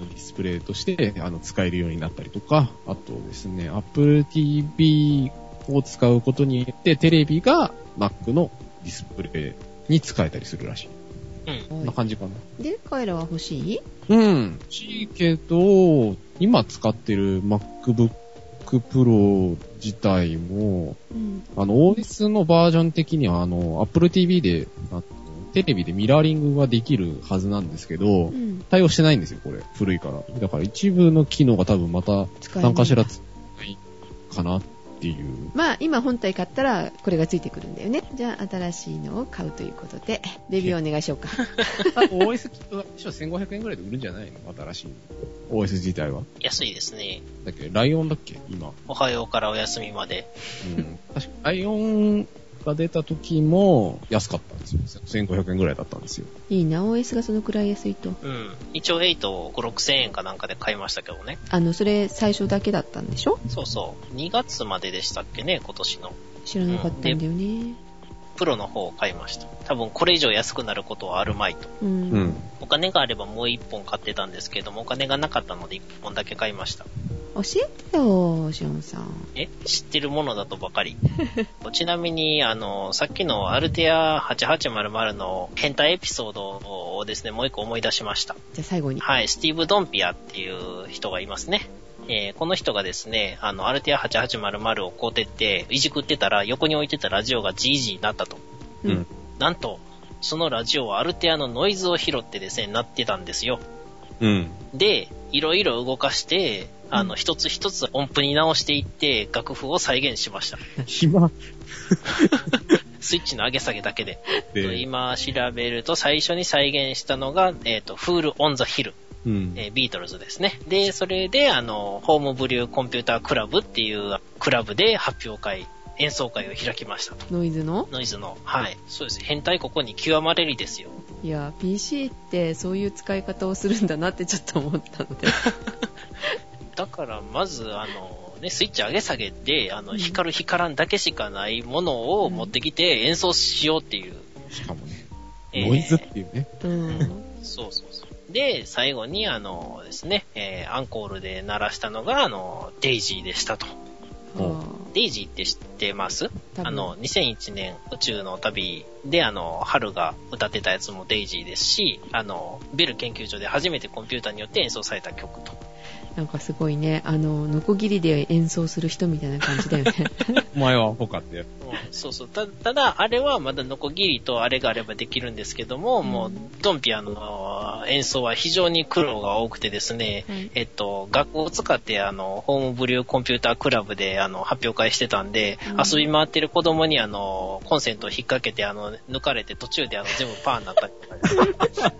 Speaker 3: あのディスプレイとしてあの使えるようになったりとか、あとですね、Apple TV を使うことによってテレビが Mac のディスプレイに使えたりするらしい。
Speaker 2: うん。
Speaker 3: こんな感じかな。
Speaker 1: で、彼らは欲しい
Speaker 3: うん。しいけど、今使ってる MacBook Pro 自体も、
Speaker 1: うん。
Speaker 3: あの OS のバージョン的にはあの Apple TV で、あのテレビでミラーリングができるはずなんですけど、
Speaker 1: うん。
Speaker 3: 対応してないんですよ、これ。古いから。だから一部の機能が多分また
Speaker 1: 使えない
Speaker 3: 何かしらつないかなっていう。
Speaker 1: まあ、今本体買ったら、これがついてくるんだよね。じゃあ、新しいのを買うということで、レビューお願いしようか。
Speaker 3: あと OS きっと1500円くらいで売るんじゃないの新しいの。OS 自体は。
Speaker 2: 安いですね。
Speaker 3: だっけライオンだっけ今。
Speaker 2: おはようからお休みまで。
Speaker 3: うん。確かライオンが出た時も安かったんですよ。1500円くらいだったんですよ。
Speaker 1: (laughs) いいな、OS がそのくらい安いと。
Speaker 2: うん。一応8を5、6000円かなんかで買いましたけどね。
Speaker 1: あの、それ、最初だけだったんでしょ
Speaker 2: そうそう。2月まででしたっけね、今年の。
Speaker 1: 知らなかったんだよね。
Speaker 2: プロの方を買いました。多分これ以上安くなることはあるまいと。
Speaker 1: うん。
Speaker 3: うん。
Speaker 2: お金があればもう1本買ってたんですけども、お金がなかったので1本だけ買いました。
Speaker 1: 教えてよ、シオンさん。
Speaker 2: え知ってるものだとばかり。ちなみに、あの、さっきのアルテア8800の変態エピソードをですね、もう一個思い出しました。
Speaker 1: じゃあ、最後に。
Speaker 2: はい、スティーブ・ドンピアっていう人がいますね。えーこの人がですね、あの、アルテア8800を買うてって、いじくってたら、横に置いてたラジオがジージーになったと。
Speaker 1: うん
Speaker 3: うん
Speaker 2: なんと、そのラジオはアルテアのノイズを拾ってですね、なってたんですよ。
Speaker 3: うん。
Speaker 2: で、いろいろ動かして、あの、一つ一つ音符に直していって、楽譜を再現しました。
Speaker 3: 暇
Speaker 2: スイッチの上げ下げだけで。
Speaker 3: で。
Speaker 2: 今調べると最初に再現したのが、えっ、と、Fool on the Hill、
Speaker 3: うん。
Speaker 2: えービートルズですね。で、それで、あの、ホームブリューコンピュータークラブっていうクラブで発表会、演奏会を開きましたと。
Speaker 1: ノイズの
Speaker 2: ノイズの、はい。そうです。変態ここに極まれりですよ。
Speaker 1: いや、PC ってそういう使い方をするんだなってちょっと思ったので。
Speaker 2: だから、まず、あの、ね、スイッチ上げ下げで、あ
Speaker 1: う
Speaker 2: の、
Speaker 1: ん
Speaker 2: 光る光らんだけしかないものを持ってきて演奏しようっていう。
Speaker 3: しかもね、
Speaker 2: えー
Speaker 3: ノイズっていうね。
Speaker 1: うん。
Speaker 2: そうそうそう。で、最後に、あのですね、えーアンコールで鳴らしたのが、あの、デイジーでしたと。
Speaker 3: お
Speaker 1: は
Speaker 2: デイジーって知ってます
Speaker 1: あ
Speaker 2: あの、、2001年宇宙の旅で、あの、春が歌ってたやつもデイジーですし、あの、ベル研究所で初めてコンピューターによって演奏された曲
Speaker 1: 多
Speaker 2: と。
Speaker 1: 分なんかすごいね、あの、ノコギリで演奏する人みたいな感じだよね。
Speaker 3: お前はアホかってやつ。
Speaker 2: うんそうそう。た、ただ、あれはまだノコギリとあれがあればできるんですけども、もう、ドンピアの演奏は非常に苦労が多くてですね、
Speaker 1: はい
Speaker 2: えっと、学校を使って、あの、ホームブリューコンピュータークラブで、あの、発表会してたんで、
Speaker 1: うん
Speaker 2: 遊び回ってる子供に、あの、コンセント引っ掛けて、あの、抜かれて、途中で、あの、全部パーになったりとか。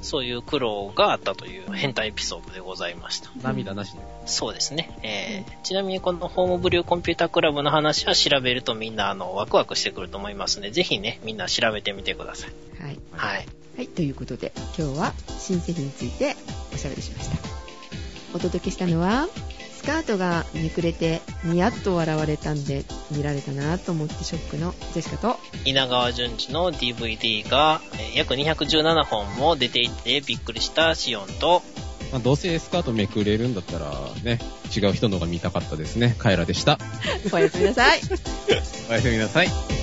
Speaker 2: そういう苦労があったという変態エピソードでございました。
Speaker 3: 涙なしね。
Speaker 2: そうですね。えーちなみにこのホームブリューコンピュータークラブの話は調べるとみんなあのワクワクしてくると思いますので、ぜひね、みんな調べてみてください。
Speaker 1: はい。
Speaker 2: はい。
Speaker 1: はい、ということで、今日は新製品についておしゃべりしました。お届けしたのは、スカートがめくれてニヤッと笑われたんで見られたなと思ってショックのジェシカと、
Speaker 2: 稲川淳二の DVD がえー約217本も出ていてびっくりしたシオンと、
Speaker 3: まあ、どうせスカートめくれるんだったら、ね、違う人のが見たかったですね。カエラでした。
Speaker 1: おやすみなさい。
Speaker 3: おやすみなさい。